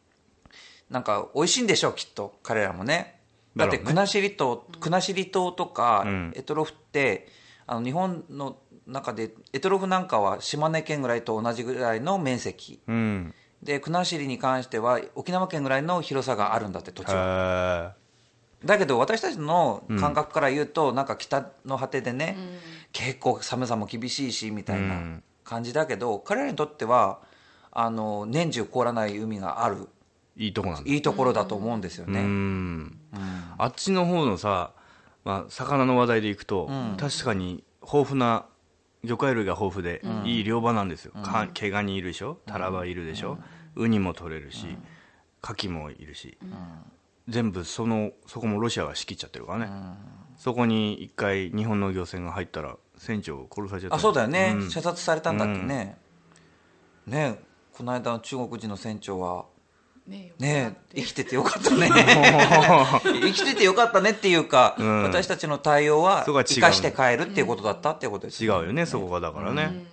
[SPEAKER 1] なんか美味しいんでしょう、きっと。彼らもね。だ
[SPEAKER 2] だ
[SPEAKER 1] っ
[SPEAKER 2] ろ
[SPEAKER 1] て、
[SPEAKER 2] うね
[SPEAKER 1] 国後島、国後島とか
[SPEAKER 2] うん、
[SPEAKER 1] エトロフって、あの日本の中で択捉なんかは島根県ぐらいと同じぐらいの面積
[SPEAKER 2] うん
[SPEAKER 1] で国後に関しては沖縄県ぐらいの広さがあるんだって土地
[SPEAKER 2] へ
[SPEAKER 1] は
[SPEAKER 2] ー
[SPEAKER 1] だけど私たちの感覚から言うと、なんか北の果てでね、結構寒さも厳しいしみたいな感じだけど、彼らにとってはあの年中凍らない海がある
[SPEAKER 2] いいとこなんだ
[SPEAKER 1] いいところだと思うんですよね。
[SPEAKER 2] うんあっちの方のさ、まあ、魚の話題でいくと、確かに豊富な魚介類が豊富で、いい漁場なんですよ、か毛ガニいるでしょタラバいるでしょ、ウニも取れるし、カキもいるし、全部そのそこもロシアが仕切っちゃってるからね、そこに一回日本の漁船が入ったら船長殺されちゃった
[SPEAKER 1] あそうだよね、
[SPEAKER 2] ん
[SPEAKER 1] 射殺されたんだっけね、ねこの間の中国人の船長は
[SPEAKER 3] ねえよか
[SPEAKER 1] ね
[SPEAKER 3] った
[SPEAKER 1] 生きててよかった
[SPEAKER 2] <laughs>
[SPEAKER 1] ね生きててよかったねっていうか、
[SPEAKER 2] ん
[SPEAKER 1] 私たちの対応は
[SPEAKER 2] そこは違う
[SPEAKER 1] 生かして帰るっていうことだったっていうことです
[SPEAKER 2] 違う
[SPEAKER 1] よね
[SPEAKER 2] よねそこがだからね、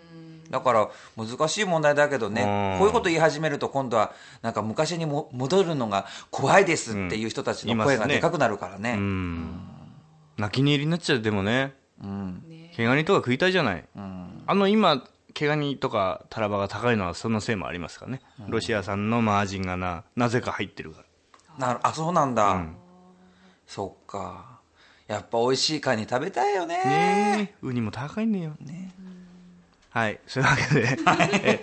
[SPEAKER 1] だから難しい問題だけどね、
[SPEAKER 2] うん
[SPEAKER 1] こういうこと言い始めると今度はなんか昔にも戻るのが怖いですっていう人たちの声
[SPEAKER 2] う
[SPEAKER 1] が
[SPEAKER 2] んいますね
[SPEAKER 1] でかくなるからね,、
[SPEAKER 2] うん泣き寝入りになっちゃうでもね
[SPEAKER 3] ね
[SPEAKER 2] 毛ガニとか食いたいじゃない、あの今毛ガニとかタラバが高いのはそのせいもありますからね、ロシア産のマージンがななぜか入ってるから
[SPEAKER 1] なるあそうなんだ、そっかやっぱ美味しいカニ食べたいよね
[SPEAKER 2] ねえウニも高いんだよはいそういうわけで、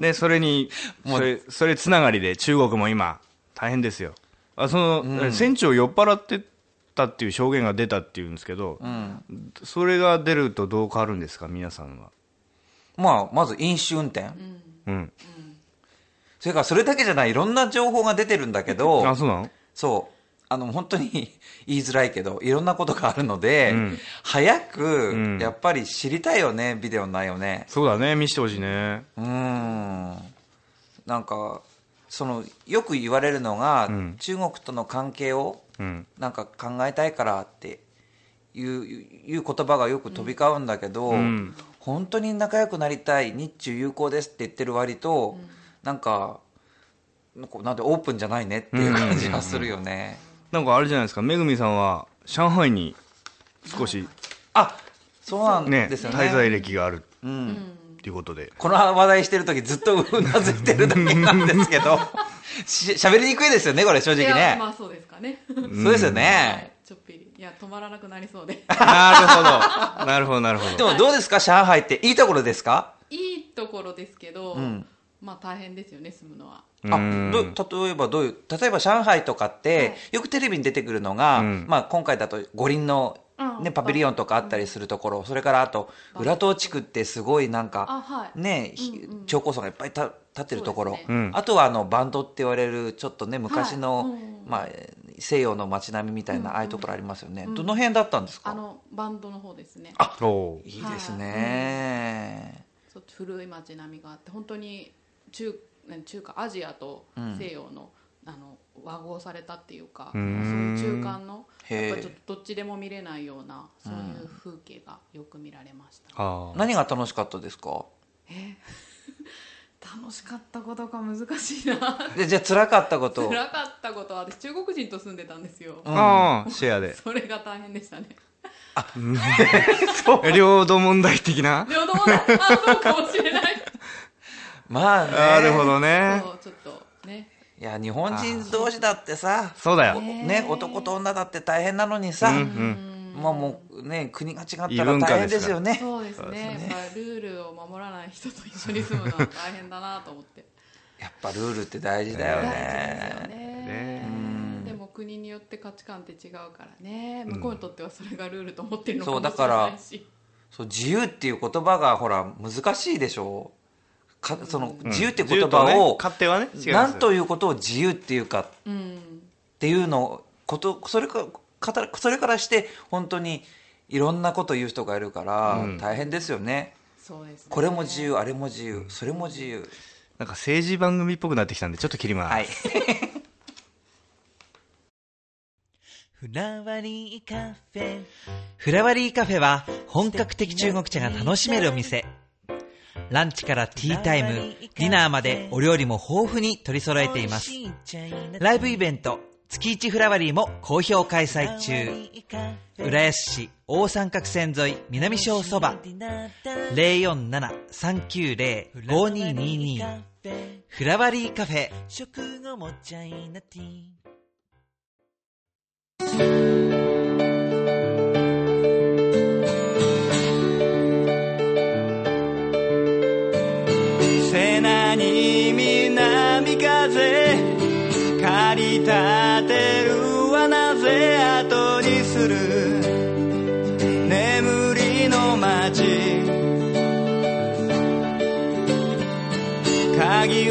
[SPEAKER 2] えでそれにそれそれつながりで中国も今大変ですよあその、船長酔っ払ってたっていう証言が出たっていうんですけど、それが出るとどう変わるんですか皆さんは
[SPEAKER 1] まあまず飲酒運転、
[SPEAKER 2] うん
[SPEAKER 1] それからそれだけじゃないいろんな情報が出てるんだけど
[SPEAKER 2] あそうなの
[SPEAKER 1] そう。あの、本当に <laughs> 言いづらいけど、いろんなことがあるので、早く
[SPEAKER 2] ん、
[SPEAKER 1] やっぱり知りたいよね、ビデオないよね。
[SPEAKER 2] そうだね見せてほしいね
[SPEAKER 1] うーん。なんか、その、よく言われるのが、
[SPEAKER 2] ん
[SPEAKER 1] 中国との関係を、
[SPEAKER 2] うん
[SPEAKER 1] なんか考えたいからっていう、いう言葉がよく飛び交うんだけど、
[SPEAKER 2] ん
[SPEAKER 1] 本当に仲良くなりたい、日中友好ですって言ってる割と、なんか、なんかなんでオープンじゃないねっていう感じがするよね。
[SPEAKER 2] なんかあれじゃないですか、めぐみさんは上海に少し
[SPEAKER 1] あそうなん
[SPEAKER 2] ね
[SPEAKER 1] ですよね
[SPEAKER 2] 滞在歴がある
[SPEAKER 1] う
[SPEAKER 2] っ
[SPEAKER 1] ん、
[SPEAKER 2] ていうこと
[SPEAKER 1] <laughs>
[SPEAKER 2] で。
[SPEAKER 1] この話題してる時ずっとうなずいてるだけなんですけ
[SPEAKER 3] <laughs>
[SPEAKER 1] どし喋りにくいですよねこれ正
[SPEAKER 3] い
[SPEAKER 1] 直
[SPEAKER 3] や
[SPEAKER 1] ね、
[SPEAKER 3] まあそうですかね
[SPEAKER 1] そうですよ
[SPEAKER 3] はい
[SPEAKER 1] ね、
[SPEAKER 3] ちょっぴりいや止まらなくなりそうで
[SPEAKER 2] なるほど、なるほど、なるほ
[SPEAKER 1] で
[SPEAKER 2] ど。
[SPEAKER 1] もどうですか上海っていいところですか、
[SPEAKER 3] いいところですけど、
[SPEAKER 1] ん
[SPEAKER 3] まあ大変ですよね住むのは
[SPEAKER 2] うーん
[SPEAKER 1] あど例えばどういう例えば上海とかって、よくテレビに出てくるのが、
[SPEAKER 2] ん
[SPEAKER 1] まあ、今回だと五輪の、
[SPEAKER 3] う
[SPEAKER 1] ね、
[SPEAKER 3] ん
[SPEAKER 1] パビリオンとかあったりするところそれからあと浦東地区ってすごいなんか、
[SPEAKER 3] あはい
[SPEAKER 1] ね、ひ
[SPEAKER 3] うんうん
[SPEAKER 1] 超高層がいっぱいた立ってるところ、
[SPEAKER 3] そうです
[SPEAKER 2] ねうん
[SPEAKER 1] あとはあのバンドって言われるちょっとね昔の、
[SPEAKER 3] はいうん
[SPEAKER 1] まあ、西洋の街並みみたいな、ああいうところありますよね、どの辺だったんですか
[SPEAKER 3] あのバンドの方ですね
[SPEAKER 2] おう
[SPEAKER 1] いいですね、
[SPEAKER 3] ちょっと古い街並みがあって本当に中何中華アジアと西洋の,、あの和合されたっていうかそういう中間の
[SPEAKER 1] へえ
[SPEAKER 3] やっぱりちょっとどっちでも見れないようなそういう風景がよく見られました、
[SPEAKER 2] あ
[SPEAKER 1] 何が楽しかったですか
[SPEAKER 3] 楽しかったことが難しいな
[SPEAKER 1] でじゃあ辛かったこと
[SPEAKER 3] 辛かったことは私中国人と住んでたんですよ、
[SPEAKER 2] ーあー、シェアで。
[SPEAKER 3] それが大変でしたね
[SPEAKER 2] 領土問題
[SPEAKER 1] <laughs>
[SPEAKER 2] 的な
[SPEAKER 3] でもどうだあそうかもしれない
[SPEAKER 1] まあね
[SPEAKER 2] なるほどね
[SPEAKER 3] そ。うちょっとね
[SPEAKER 1] いや日本人同士だってさ
[SPEAKER 2] そうだよ。
[SPEAKER 1] ね、男と女だって大変なのにさ、まあもうね国が違ったら
[SPEAKER 2] 異文化
[SPEAKER 1] 大変で
[SPEAKER 2] ですす
[SPEAKER 1] よ
[SPEAKER 2] から
[SPEAKER 1] ね
[SPEAKER 3] そうですねやっぱルールを守らない人と一緒に住むのは大変だなと思って
[SPEAKER 1] やっぱルールって大事だよね、
[SPEAKER 3] 大事ですよねでも国によって価値観って違うからね向こうにとってはそれがルールと思ってるのか
[SPEAKER 1] そう
[SPEAKER 3] も
[SPEAKER 1] だ
[SPEAKER 3] し
[SPEAKER 1] か
[SPEAKER 3] れ
[SPEAKER 1] ら
[SPEAKER 3] ないし
[SPEAKER 1] そう自由っていう言葉がほら難しいでしょかその自由って言
[SPEAKER 2] 自由
[SPEAKER 1] 葉
[SPEAKER 2] とね
[SPEAKER 1] を、
[SPEAKER 2] 勝手はね、違いま
[SPEAKER 1] な
[SPEAKER 2] す
[SPEAKER 1] んということを自由っていうかっ
[SPEAKER 3] うん
[SPEAKER 1] ていうのをことそれかかたそれからして本当にいろんなこと言う人がいるから大変ですよね、
[SPEAKER 3] そうですね
[SPEAKER 1] これも自由あれも自由それも自由
[SPEAKER 2] なんか政治番組っぽくなってきたんで、ちょっと切ります。
[SPEAKER 1] <laughs> はい
[SPEAKER 6] フラワリーカフェ。フラワリーカフェは本格的中国茶が楽しめるお店。ランチからティータイム、ディナーまでお料理も豊富に取り揃えています。ライブイベント、
[SPEAKER 7] 月一フラワリーも好評開催中。浦安市大三角線沿い南小そば047-390-5222フラワリーカフェ
[SPEAKER 8] 食後もチャイナティー
[SPEAKER 5] 瀬名に南風駆り立てるはなぜ後にする眠りの街鍵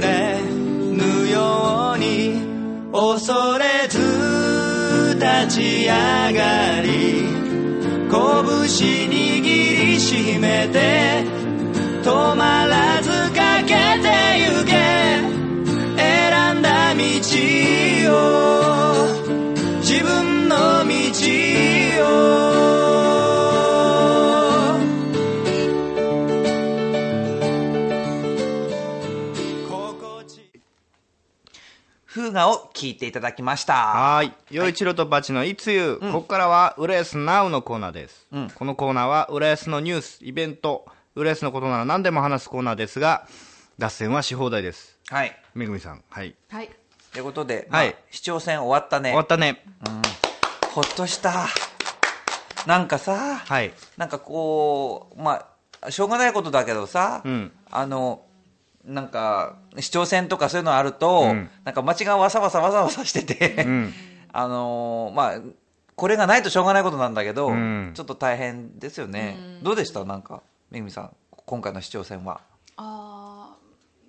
[SPEAKER 5] れぬように恐れず立ち上がり拳握りしめて止まらずかけてゆけ選んだ道を自分の道を心地
[SPEAKER 1] 風雅を聞いていただきました。
[SPEAKER 2] はーい。洋一郎とバチのいつゆ、ここからは、浦安ナウのコーナーです。
[SPEAKER 1] うん
[SPEAKER 2] このコーナーは、浦安のニュース、イベント、浦安のことなら何でも話すコーナーですが、脱線はし放題です。
[SPEAKER 1] はい。
[SPEAKER 2] めぐみさん、はい。
[SPEAKER 3] はい
[SPEAKER 1] ということで、
[SPEAKER 2] は
[SPEAKER 1] はいい、市長選終わったね
[SPEAKER 2] 終わ。ったね。
[SPEAKER 1] ほっとした。なんかさ、
[SPEAKER 2] はい。
[SPEAKER 1] なんかこう、まあ、しょうがないことだけどさ、
[SPEAKER 2] うん
[SPEAKER 1] あの、なんか、市長選とかそういうのあると、
[SPEAKER 2] うん
[SPEAKER 1] なんか街がわさわさわさわさしてて、
[SPEAKER 2] ん
[SPEAKER 1] あのーまあ、これがないとしょうがないことなんだけど、
[SPEAKER 2] うん
[SPEAKER 1] ちょっと大変ですよね。どうでしたなんか、めぐみさん、今回の市長選は。
[SPEAKER 3] あ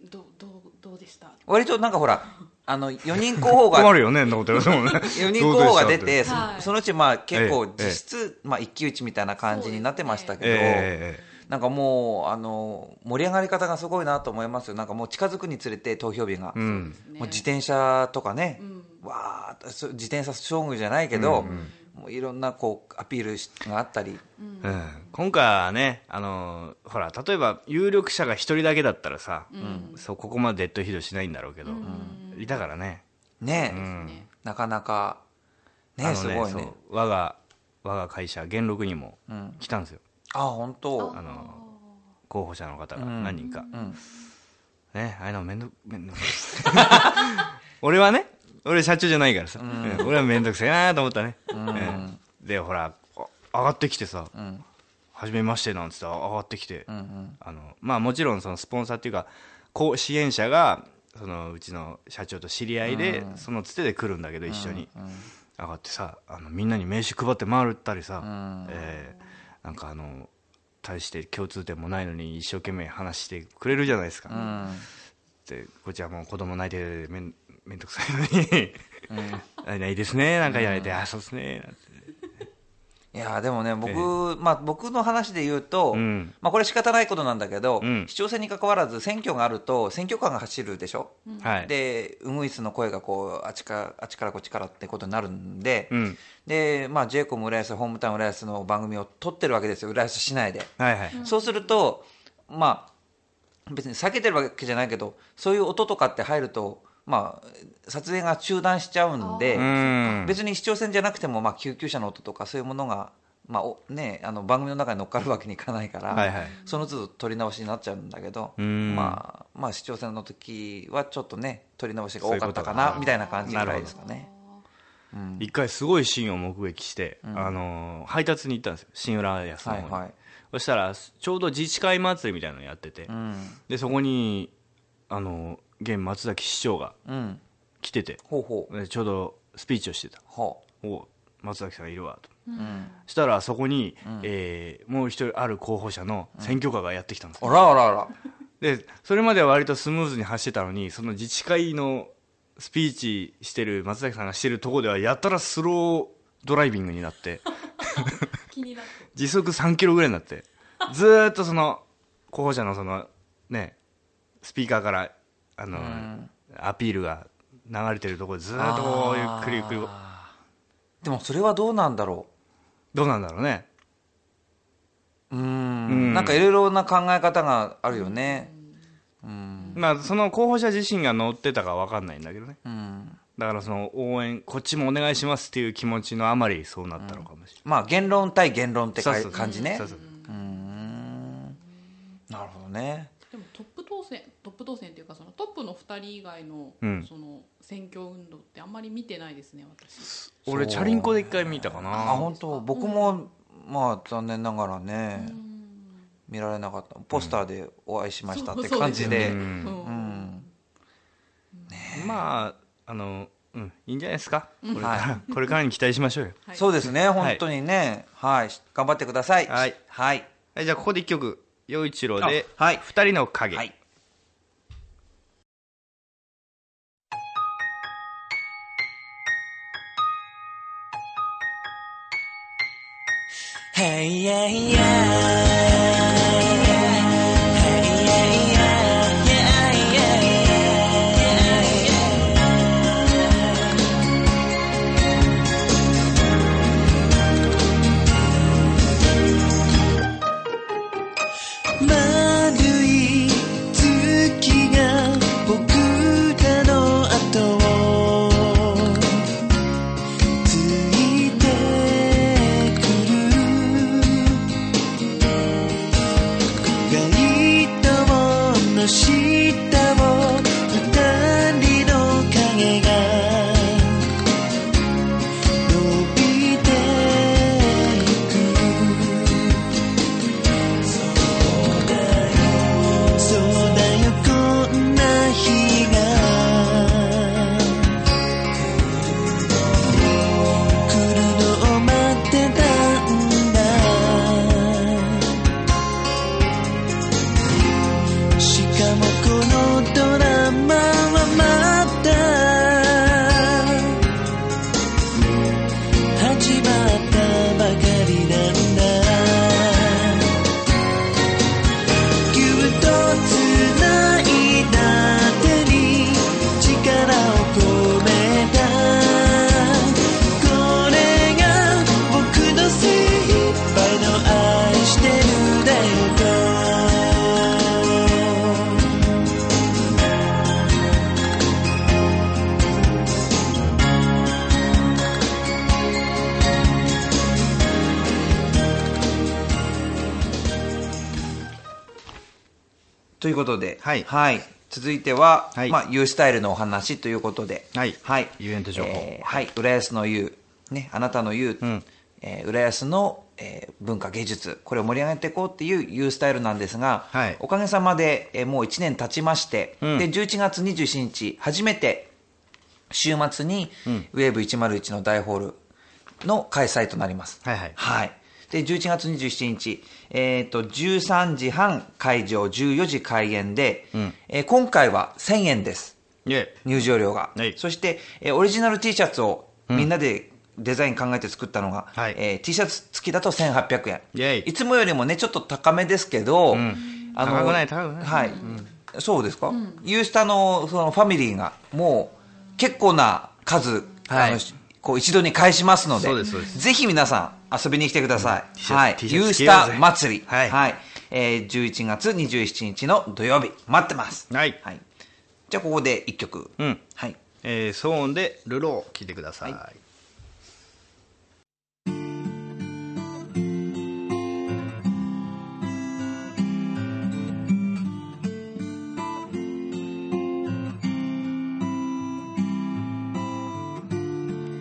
[SPEAKER 3] ーどどうどうでした
[SPEAKER 1] 割となんかほら、あの、4人候補が、
[SPEAKER 2] <laughs> 困るよね、んなこと言われて
[SPEAKER 1] <laughs>
[SPEAKER 2] もね。
[SPEAKER 1] 4人候補が出
[SPEAKER 2] どう
[SPEAKER 1] て、
[SPEAKER 2] でし
[SPEAKER 1] そ
[SPEAKER 3] たって
[SPEAKER 1] そのうちまあ結構
[SPEAKER 2] ええ
[SPEAKER 1] 実質、まあ一騎打ちみたいな感じになってました
[SPEAKER 2] た
[SPEAKER 1] け
[SPEAKER 2] って
[SPEAKER 1] ど、
[SPEAKER 2] ええ
[SPEAKER 1] なんかもう、あの、盛り上がり方がすごいなと思いますよ。なんかもう近づくにつれて投票日が。
[SPEAKER 2] ええええう
[SPEAKER 1] も
[SPEAKER 2] ん。
[SPEAKER 3] ね
[SPEAKER 1] う自転車とかね、
[SPEAKER 3] ん
[SPEAKER 1] わーっとそう自転車将軍じゃないけど、もういろんなこうアピールしがあったり、
[SPEAKER 2] うん今回はね、あのーほら、例えば有力者が一人だけだったらさ、そうここまでデッドヒートしないんだろうけど、いたからね、
[SPEAKER 1] ね、
[SPEAKER 3] ね
[SPEAKER 1] なかなか、ね、
[SPEAKER 2] あの
[SPEAKER 1] すごい
[SPEAKER 2] そ
[SPEAKER 1] ね
[SPEAKER 2] う。我が、我が会社、元禄にも来たんですよ、
[SPEAKER 1] あ、本当
[SPEAKER 2] あ。のー候補者の方が何人か。
[SPEAKER 1] ん
[SPEAKER 2] ね、ああいうのめんどく、めんどく俺はね、俺社長じゃないからさ、うん俺はめんどくせえなと思ったね。うんで、ほら、こう上がってきてさ、はじめましてなんつって上がってきて、あのまあもちろんそのスポンサーっていうかこう支援者がそのうちの社長と知り合いで、そのつてで来るんだけど一緒に、上がってさあのみんなに名刺配って回ったりさ、えーなんかあの大して共通点もないのに一生懸命話してくれるじゃないですか。でこっちはもう子供泣いてめんめんどくさいのに「あいいですね」なんか言われて「あそうですね」なんて
[SPEAKER 1] いやーでもね、僕、
[SPEAKER 2] え
[SPEAKER 1] まあ僕の話で言うと、
[SPEAKER 2] うん
[SPEAKER 1] まあこれ仕方ないことなんだけど、
[SPEAKER 2] うん
[SPEAKER 1] 市長選に関わらず選挙があると選挙カーが走るでしょ。
[SPEAKER 2] はい
[SPEAKER 1] で、ウグイスの声がこうあっちかあっちからこっちからってことになるんで、
[SPEAKER 2] うん
[SPEAKER 1] で、まあジェイコム浦安ホームタウン浦安の番組を撮ってるわけですよ、浦安市内で。
[SPEAKER 2] はいはい、
[SPEAKER 1] そうすると、まあ、別に避けてるわけじゃないけど、そういう音とかって入ると、まあ、撮影が中断しちゃうんで、
[SPEAKER 2] うん
[SPEAKER 1] 別に市長選じゃなくても、まあ、救急車の音とかそういうものが、まあおね、あの番組の中に乗っかるわけにいかないから、
[SPEAKER 2] はいはい
[SPEAKER 1] その都度取り直しになっちゃうんだけど、
[SPEAKER 2] うん
[SPEAKER 1] まあ、まあ市長選の時はちょっとね取り直しが多かったかなみたいな感じぐらいですかね。
[SPEAKER 2] 一回すごいシーンを目撃して、あのー配達に行ったんですよ新浦安の方に、
[SPEAKER 1] はいはい
[SPEAKER 2] そしたらちょうど自治会祭りみたいなのやってて、でそこにあのー現松崎市長が
[SPEAKER 1] うん、
[SPEAKER 2] 来てて、
[SPEAKER 1] ほうほう
[SPEAKER 2] でちょうどスピーチをしてた
[SPEAKER 1] ほ
[SPEAKER 2] 「お松崎さんいるわ」と。したらそこに、えーもう一人ある候補者の選挙カーがやってきたんです
[SPEAKER 1] うあらあらあら
[SPEAKER 2] でそれまでは割とスムーズに走ってたのにその自治会のスピー <laughs> チしてる松崎さんがしてるとこではやたらスロードライビングになって
[SPEAKER 3] 気になって
[SPEAKER 2] 時速3キロぐらいになってずーっとその候補者のそのねスピーカーからあの、アピールが流れてるところずーっとこうゆっくりゆっくり
[SPEAKER 1] でもそれはどうなんだろ
[SPEAKER 2] どうなんだろうね
[SPEAKER 1] ううん
[SPEAKER 2] うん
[SPEAKER 1] なんかいろいろな考え方があるよね
[SPEAKER 2] まあその候補者自身が乗ってたかわかんないんだけどね
[SPEAKER 1] うん
[SPEAKER 2] だからその応援こっちもお願いしますっていう気持ちのあまりそうなったのかもしれない、
[SPEAKER 1] まあ言論対言論ってか
[SPEAKER 2] そうそう
[SPEAKER 1] 感じね
[SPEAKER 2] そうそう
[SPEAKER 1] なるほどね
[SPEAKER 3] でもトップ当選トップ当選というかそのトップの2人以外の,、
[SPEAKER 2] うん
[SPEAKER 3] その選挙運動ってあんまり見てないですね私
[SPEAKER 2] 俺チャリンコで一回見たかな
[SPEAKER 1] あ本当僕もまあ残念ながらね見られなかったポスターでお会いしましたって感じで
[SPEAKER 3] そうう
[SPEAKER 2] うん
[SPEAKER 3] うん
[SPEAKER 2] まああのうんいいんじゃないですかこれから、
[SPEAKER 1] は
[SPEAKER 2] <laughs> これからに期待しましょうよ
[SPEAKER 3] はい
[SPEAKER 1] そうですね本当にねはい頑張ってください
[SPEAKER 2] はい
[SPEAKER 1] はい
[SPEAKER 2] はいじゃあここで一曲陽一郎で
[SPEAKER 1] あはい
[SPEAKER 2] 二人の影」
[SPEAKER 1] はい
[SPEAKER 5] 丸い月が僕らの後をついてくる街灯の下を二人の影が伸びてくるそうだよこんな日が来るのを待ってたんだしかもこのドラマはまた始まったばかりなんだぎゅっとつないだ手に力を込めたこれが僕の精一杯の愛してるだよと
[SPEAKER 1] ということで、
[SPEAKER 2] はい
[SPEAKER 1] 続いては、
[SPEAKER 2] はい
[SPEAKER 1] まあ、U スタイルのお話ということで、
[SPEAKER 2] はい
[SPEAKER 1] はい、
[SPEAKER 2] 遊園地情報
[SPEAKER 1] えーはい、浦安の U、ね、あなたの U、
[SPEAKER 2] ん
[SPEAKER 1] えー浦安の、えー文化芸術、これを盛り上げていこうっていう U スタイルなんですが、
[SPEAKER 2] はい
[SPEAKER 1] おかげさまで、えーもう1年経ちまして、
[SPEAKER 2] うん
[SPEAKER 1] で11月27日、初めて週末に、ウェーブ101の大ホールの開催となります。
[SPEAKER 2] はいはい
[SPEAKER 1] はい。で、11月27日、えっ、と、13時半会場、14時開演で、えー今回は1000円です。
[SPEAKER 2] イエイ
[SPEAKER 1] 入場料が。
[SPEAKER 2] はい
[SPEAKER 1] そして、えーオリジナル T シャツをみんなでデザイン考えて作ったのが、
[SPEAKER 2] はい
[SPEAKER 1] えー T シャツ付きだと1800円。
[SPEAKER 2] イェイ
[SPEAKER 1] いつもよりもね、ちょっと高めですけど、
[SPEAKER 2] 高くない高くない
[SPEAKER 1] はい。そうですか、ユースタのそのファミリーが、もう結構な数、
[SPEAKER 2] は
[SPEAKER 1] あ
[SPEAKER 2] い
[SPEAKER 1] のこう一度に返しますので
[SPEAKER 2] そうですそうです
[SPEAKER 1] ぜひ皆さん遊びに来てください。
[SPEAKER 2] T シャツ
[SPEAKER 1] はい。
[SPEAKER 2] T シャツ
[SPEAKER 1] ユースタ祭り。
[SPEAKER 2] 着ようぜはい
[SPEAKER 1] えー11月27日の土曜日、待ってます。
[SPEAKER 2] はい
[SPEAKER 1] じゃあ、ここで1曲。
[SPEAKER 2] うん
[SPEAKER 1] はい。
[SPEAKER 2] えー、騒音で「ルロー」聴いてください、
[SPEAKER 1] は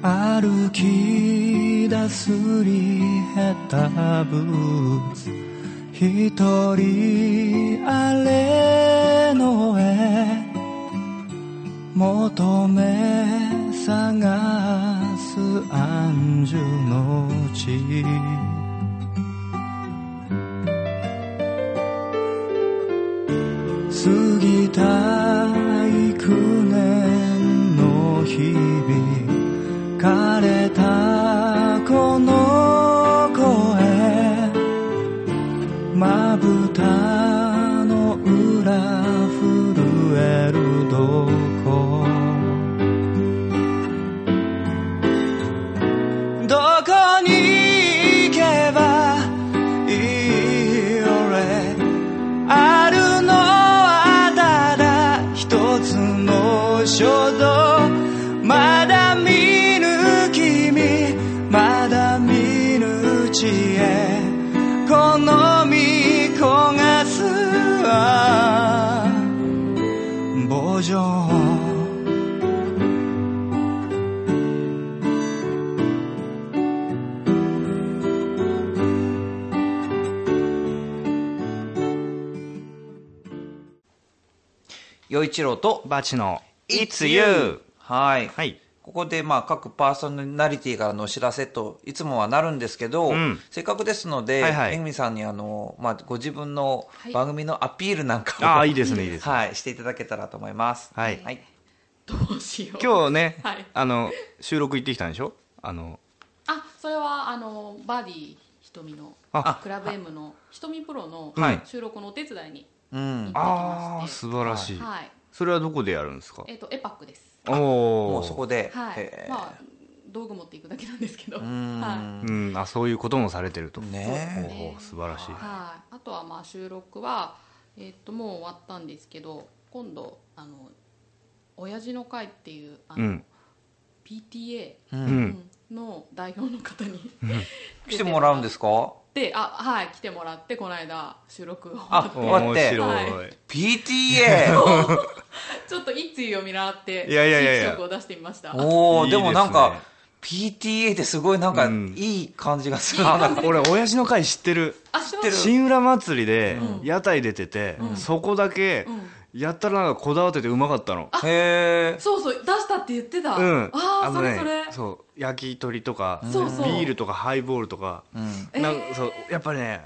[SPEAKER 4] 歩き出すり減ったブーツ一人あれの絵求め探す安住の地過ぎた幾年の日々枯れたこの声震えるどこどこに行けばいい俺あるのはただ一つの衝動まだ見ぬ君まだ見ぬ知恵この身焦がす棒状
[SPEAKER 1] 与一郎と
[SPEAKER 2] バチの「
[SPEAKER 1] It's
[SPEAKER 2] It's
[SPEAKER 1] You
[SPEAKER 2] You
[SPEAKER 1] はい、」
[SPEAKER 2] はい
[SPEAKER 1] ここでまあ各パーソナリティからのお知らせといつもはなるんですけど、
[SPEAKER 2] うん
[SPEAKER 1] せっかくですので、
[SPEAKER 2] はいはい
[SPEAKER 1] えぐみさんにあの、まあ、ご自分の
[SPEAKER 3] い
[SPEAKER 1] 番組のアピールなんかを、
[SPEAKER 2] ああいいですねいいですね
[SPEAKER 1] はい、していただけたらと思います。
[SPEAKER 2] はい
[SPEAKER 1] はい、
[SPEAKER 3] どうしよう
[SPEAKER 2] 今日ね
[SPEAKER 3] はい
[SPEAKER 2] あの収録行ってきたんでしょあの
[SPEAKER 3] あそれはあのバーディー瞳の
[SPEAKER 2] あ
[SPEAKER 3] クラブ M の瞳プロの
[SPEAKER 2] はい
[SPEAKER 3] 収録のお手伝いに
[SPEAKER 1] うん、
[SPEAKER 2] あ
[SPEAKER 3] 行ってきま
[SPEAKER 2] あ
[SPEAKER 3] して
[SPEAKER 2] 素晴らしい
[SPEAKER 3] はい
[SPEAKER 2] それはどこでやるんですか
[SPEAKER 3] えっ、とエパックです
[SPEAKER 2] お
[SPEAKER 1] も
[SPEAKER 2] お
[SPEAKER 1] うそこで、
[SPEAKER 3] はい
[SPEAKER 1] へえ
[SPEAKER 3] まあ道具持っていくだけなんですけど
[SPEAKER 1] ん
[SPEAKER 3] はい
[SPEAKER 2] うんあそういうこともされてると
[SPEAKER 1] ね
[SPEAKER 2] おお素晴らしい
[SPEAKER 3] はいあとはまあ収録はえっ、ともう終わったんですけど今度あの親父の会っていうあ
[SPEAKER 2] う
[SPEAKER 3] の、
[SPEAKER 2] ん
[SPEAKER 3] PTA
[SPEAKER 2] うん
[SPEAKER 3] の代表の方に <laughs>
[SPEAKER 1] 来てもらうんですか
[SPEAKER 3] であはい来てもらってこの間収録を
[SPEAKER 1] あ終わって
[SPEAKER 2] 面
[SPEAKER 3] は
[SPEAKER 2] 白い
[SPEAKER 1] PTA
[SPEAKER 2] <laughs>
[SPEAKER 3] ちょっと一通を見習って
[SPEAKER 2] いやいやいやいや
[SPEAKER 3] 一色を出してみました
[SPEAKER 1] おお
[SPEAKER 2] いい
[SPEAKER 1] で
[SPEAKER 2] ですね
[SPEAKER 1] もなんか PTA ってすごいなんか、
[SPEAKER 2] うん
[SPEAKER 1] いい感じがするな
[SPEAKER 2] あ俺親父の会知ってる
[SPEAKER 3] あ知っ
[SPEAKER 2] 新浦祭りで屋台出てて、そこだけやったらなんかこだわっててうまかったの、
[SPEAKER 1] へえ
[SPEAKER 3] そうそう出したって言ってた、
[SPEAKER 2] うん
[SPEAKER 3] ああそれそれ
[SPEAKER 2] そう焼き鳥とか
[SPEAKER 3] そうそう
[SPEAKER 2] ビールとかハイボールとか,、
[SPEAKER 3] うん
[SPEAKER 2] なん
[SPEAKER 3] え
[SPEAKER 2] か
[SPEAKER 3] ー
[SPEAKER 2] そうやっぱりね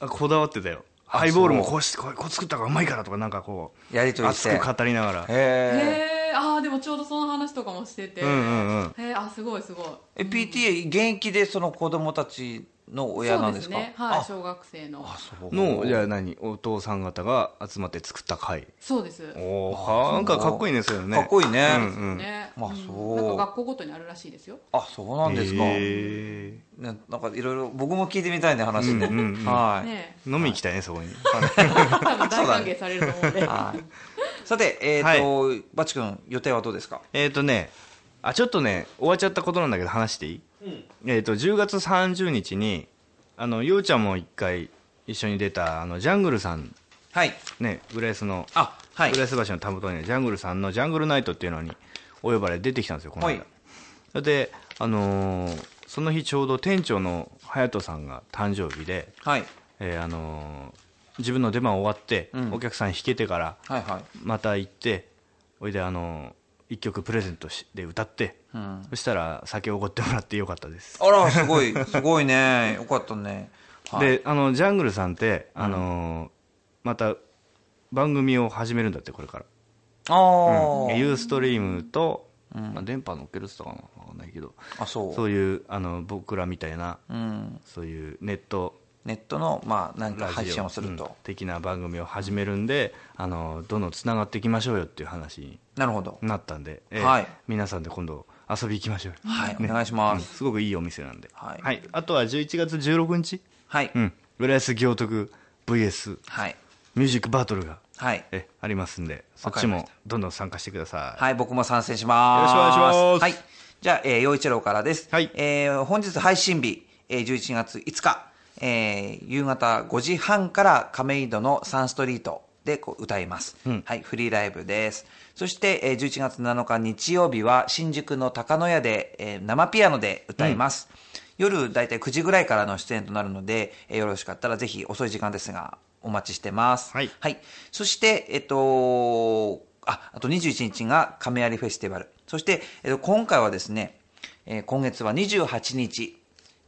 [SPEAKER 2] あこだわってたよハイボールも
[SPEAKER 1] そう
[SPEAKER 2] こうしてこうこう作ったからうまいからとかなんかこう
[SPEAKER 1] やりとりし
[SPEAKER 2] 熱
[SPEAKER 1] て
[SPEAKER 2] く語りながら
[SPEAKER 1] へえ
[SPEAKER 3] へえああでもちょうどその話とかもしてて、
[SPEAKER 2] うんうんうん
[SPEAKER 3] へえあすごいすごい
[SPEAKER 1] え PTA 現役でその子供たちの親なんですか
[SPEAKER 3] そうですねはい小学生の
[SPEAKER 1] そう
[SPEAKER 2] のじゃあ何お父さん方が集まって作った会
[SPEAKER 3] そうです
[SPEAKER 2] おーなんかかっこいいねそれね
[SPEAKER 1] かっこいいね、
[SPEAKER 2] うんうん
[SPEAKER 3] ね、
[SPEAKER 1] まあ
[SPEAKER 3] ん
[SPEAKER 1] そう
[SPEAKER 3] なんか学校ごとにあるらしいですよ
[SPEAKER 1] あそうなんですか、
[SPEAKER 2] へ
[SPEAKER 1] ねなんかいろいろ僕も聞いてみたいね話ね、
[SPEAKER 2] うんうんうん
[SPEAKER 1] はい、
[SPEAKER 3] ね
[SPEAKER 2] ー飲み行きたいねそこに
[SPEAKER 3] 多分大歓迎されると思うんで
[SPEAKER 1] はいさてえっ、と、バチ君予定はどうですか
[SPEAKER 2] <laughs> えー、とねあちょっとね終わっちゃったことなんだけど話していい、えー、と10月30日にあのようちゃんも一回一緒に出たあのジャングルさん
[SPEAKER 1] はい
[SPEAKER 2] ね浦安の
[SPEAKER 1] あはい
[SPEAKER 2] 浦安橋のたもとにねジャングルさんの「ジャングルナイト」っていうのにお呼ばれ出てきたんですよこの間、
[SPEAKER 1] はい
[SPEAKER 2] それであのーその日ちょうど店長の隼人さんが誕生日で、
[SPEAKER 1] はい
[SPEAKER 2] えーあのー自分の出番終わって、
[SPEAKER 1] うん
[SPEAKER 2] お客さん引けてから、
[SPEAKER 1] はいはい
[SPEAKER 2] また行っておいであの一曲プレゼントしで歌って、
[SPEAKER 1] ん
[SPEAKER 2] そしたら酒をおごってもらってよかったです、
[SPEAKER 1] あらすごいすごい
[SPEAKER 2] <laughs>
[SPEAKER 1] ねよかったね、はい、
[SPEAKER 2] であのジャングルさんって、あのまた番組を始めるんだってこれから
[SPEAKER 1] ああ、
[SPEAKER 2] ユーストリームと、まあ、電波乗っけるって言ったかなわかんないけど
[SPEAKER 1] あそう
[SPEAKER 2] そういうあの僕らみたいな、
[SPEAKER 1] うん、
[SPEAKER 2] そういうネット
[SPEAKER 1] ネットのまあなんか
[SPEAKER 2] ラジオ
[SPEAKER 1] 配信をする
[SPEAKER 2] うん
[SPEAKER 1] と、
[SPEAKER 2] 的な番組を始めるんで、あのどんどんつながっていきましょうよっていう話に
[SPEAKER 1] なるほど、
[SPEAKER 2] なったんで、ええ
[SPEAKER 1] はい
[SPEAKER 2] 皆さんで今度遊び行きましょうよ
[SPEAKER 1] はいお願いします
[SPEAKER 2] うんすごくいいお店なんで、
[SPEAKER 1] はい
[SPEAKER 2] あとは11月16日、
[SPEAKER 1] はい、
[SPEAKER 2] うん、浦安行徳 VS
[SPEAKER 1] はい
[SPEAKER 2] ミュージックバトルが
[SPEAKER 1] はい
[SPEAKER 2] えありますんでそ
[SPEAKER 1] わ
[SPEAKER 2] っ
[SPEAKER 1] か
[SPEAKER 2] ち
[SPEAKER 1] りました
[SPEAKER 2] もどんどん参加してください、
[SPEAKER 1] はい、僕も参戦します。
[SPEAKER 2] よろしくお願いします
[SPEAKER 1] はい。じゃあ、えー、陽一郎からです。
[SPEAKER 2] はい
[SPEAKER 1] えー本日配信日、えー、11月5日、えー夕方5時半から亀戸のサンストリートでこう歌います、
[SPEAKER 2] ん
[SPEAKER 1] はい、フリーライブです。そして、えー11月7日日曜日は新宿の高野屋で、えー生ピアノで歌います。夜だいたい9時ぐらいからの出演となるので、えーよろしかったらぜひ遅い時間ですが、お待ちしてます。
[SPEAKER 2] はい
[SPEAKER 1] はい。そして、えっと、あ、あと21日が亀有フェスティバル。そして、えっと、今回はですね、えー今月は28日、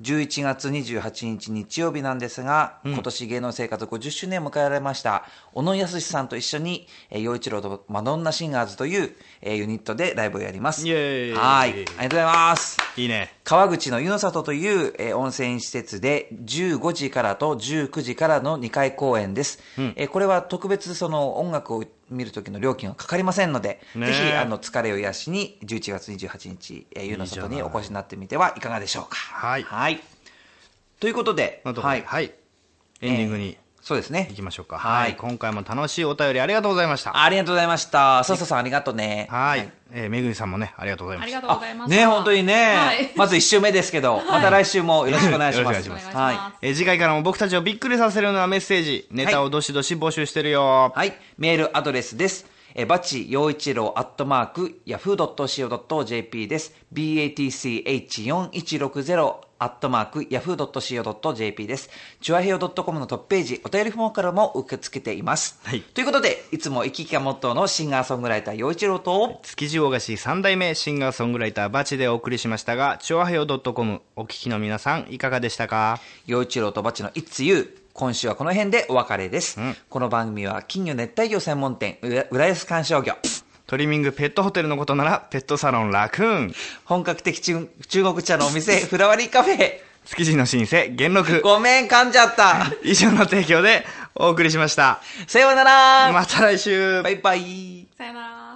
[SPEAKER 1] 11月28日日曜日なんですが、今年芸能生活50周年を迎えられました、小野康さんと一緒に、えー、陽一郎とマドンナシンガーズという、えーユニットでライブをやります。
[SPEAKER 2] イエーイ
[SPEAKER 1] はい。ありがとうございます。
[SPEAKER 2] いいね
[SPEAKER 1] 川口の湯の里という、えー温泉施設で15時からと19時からの2回公演です、えーこれは特別その音楽を見る時の料金はかかりませんので、
[SPEAKER 2] ね
[SPEAKER 1] ぜひあの疲れを癒しに11月28日、えー湯の里にお越しになってみてはいかがでしょうか
[SPEAKER 2] はい
[SPEAKER 1] ということで、
[SPEAKER 2] のとこ
[SPEAKER 1] は
[SPEAKER 2] ろで
[SPEAKER 1] い、
[SPEAKER 2] はい。エンディングに
[SPEAKER 1] そうですね
[SPEAKER 2] 行きましょうか。
[SPEAKER 1] は
[SPEAKER 2] はいい。今回も楽しいお便りありがとうございました。
[SPEAKER 1] ありがとうございました笹さんありがとうね
[SPEAKER 2] はい。えーめぐみさんもね、ありがとうござい
[SPEAKER 3] あ
[SPEAKER 2] ま
[SPEAKER 3] り
[SPEAKER 2] した
[SPEAKER 3] が。とうございます。
[SPEAKER 1] ね本当にね、
[SPEAKER 3] はい
[SPEAKER 1] まず1週目ですけど、また来週もよろしくお願いしま
[SPEAKER 2] よろ
[SPEAKER 1] す
[SPEAKER 2] しくお願いし
[SPEAKER 3] ます
[SPEAKER 1] は
[SPEAKER 2] えー次回からも僕たちをびっくりさせるようなメッセージ、ネタをどしどし募集してるよ
[SPEAKER 1] い、。はい、メールアドレスですえーバチ陽一郎アットマークヤフー .co.jp です BATCH4160 アットマークヤフー .co.jp ですチュアヘオ .com のトップページお便りフォームからも受け付けています、
[SPEAKER 2] はい
[SPEAKER 1] ということでいつも生き生きがモットーのシンガーソングライター陽一郎と
[SPEAKER 2] 築地大菓子3代目シンガーソングライターバチでお送りしましたが、チョアヘヨ .com お聞きの皆さんいかがでしたか
[SPEAKER 1] 陽一郎とバチの「いつゆ今週はこの辺でお別れです、
[SPEAKER 2] ん
[SPEAKER 1] この番組は金魚熱帯魚専門店うら浦安観賞魚
[SPEAKER 2] トリミングペットホテルのことならペットサロンラクーン
[SPEAKER 1] 本格的中中国茶のお店 <laughs> フラワリーカフェ
[SPEAKER 2] 築地の新生元禄
[SPEAKER 1] ごめん噛んじゃった
[SPEAKER 2] 以上の提供でお送りしました
[SPEAKER 1] さようなら、
[SPEAKER 2] また来週
[SPEAKER 1] バイバイ
[SPEAKER 3] <laughs> さよなら。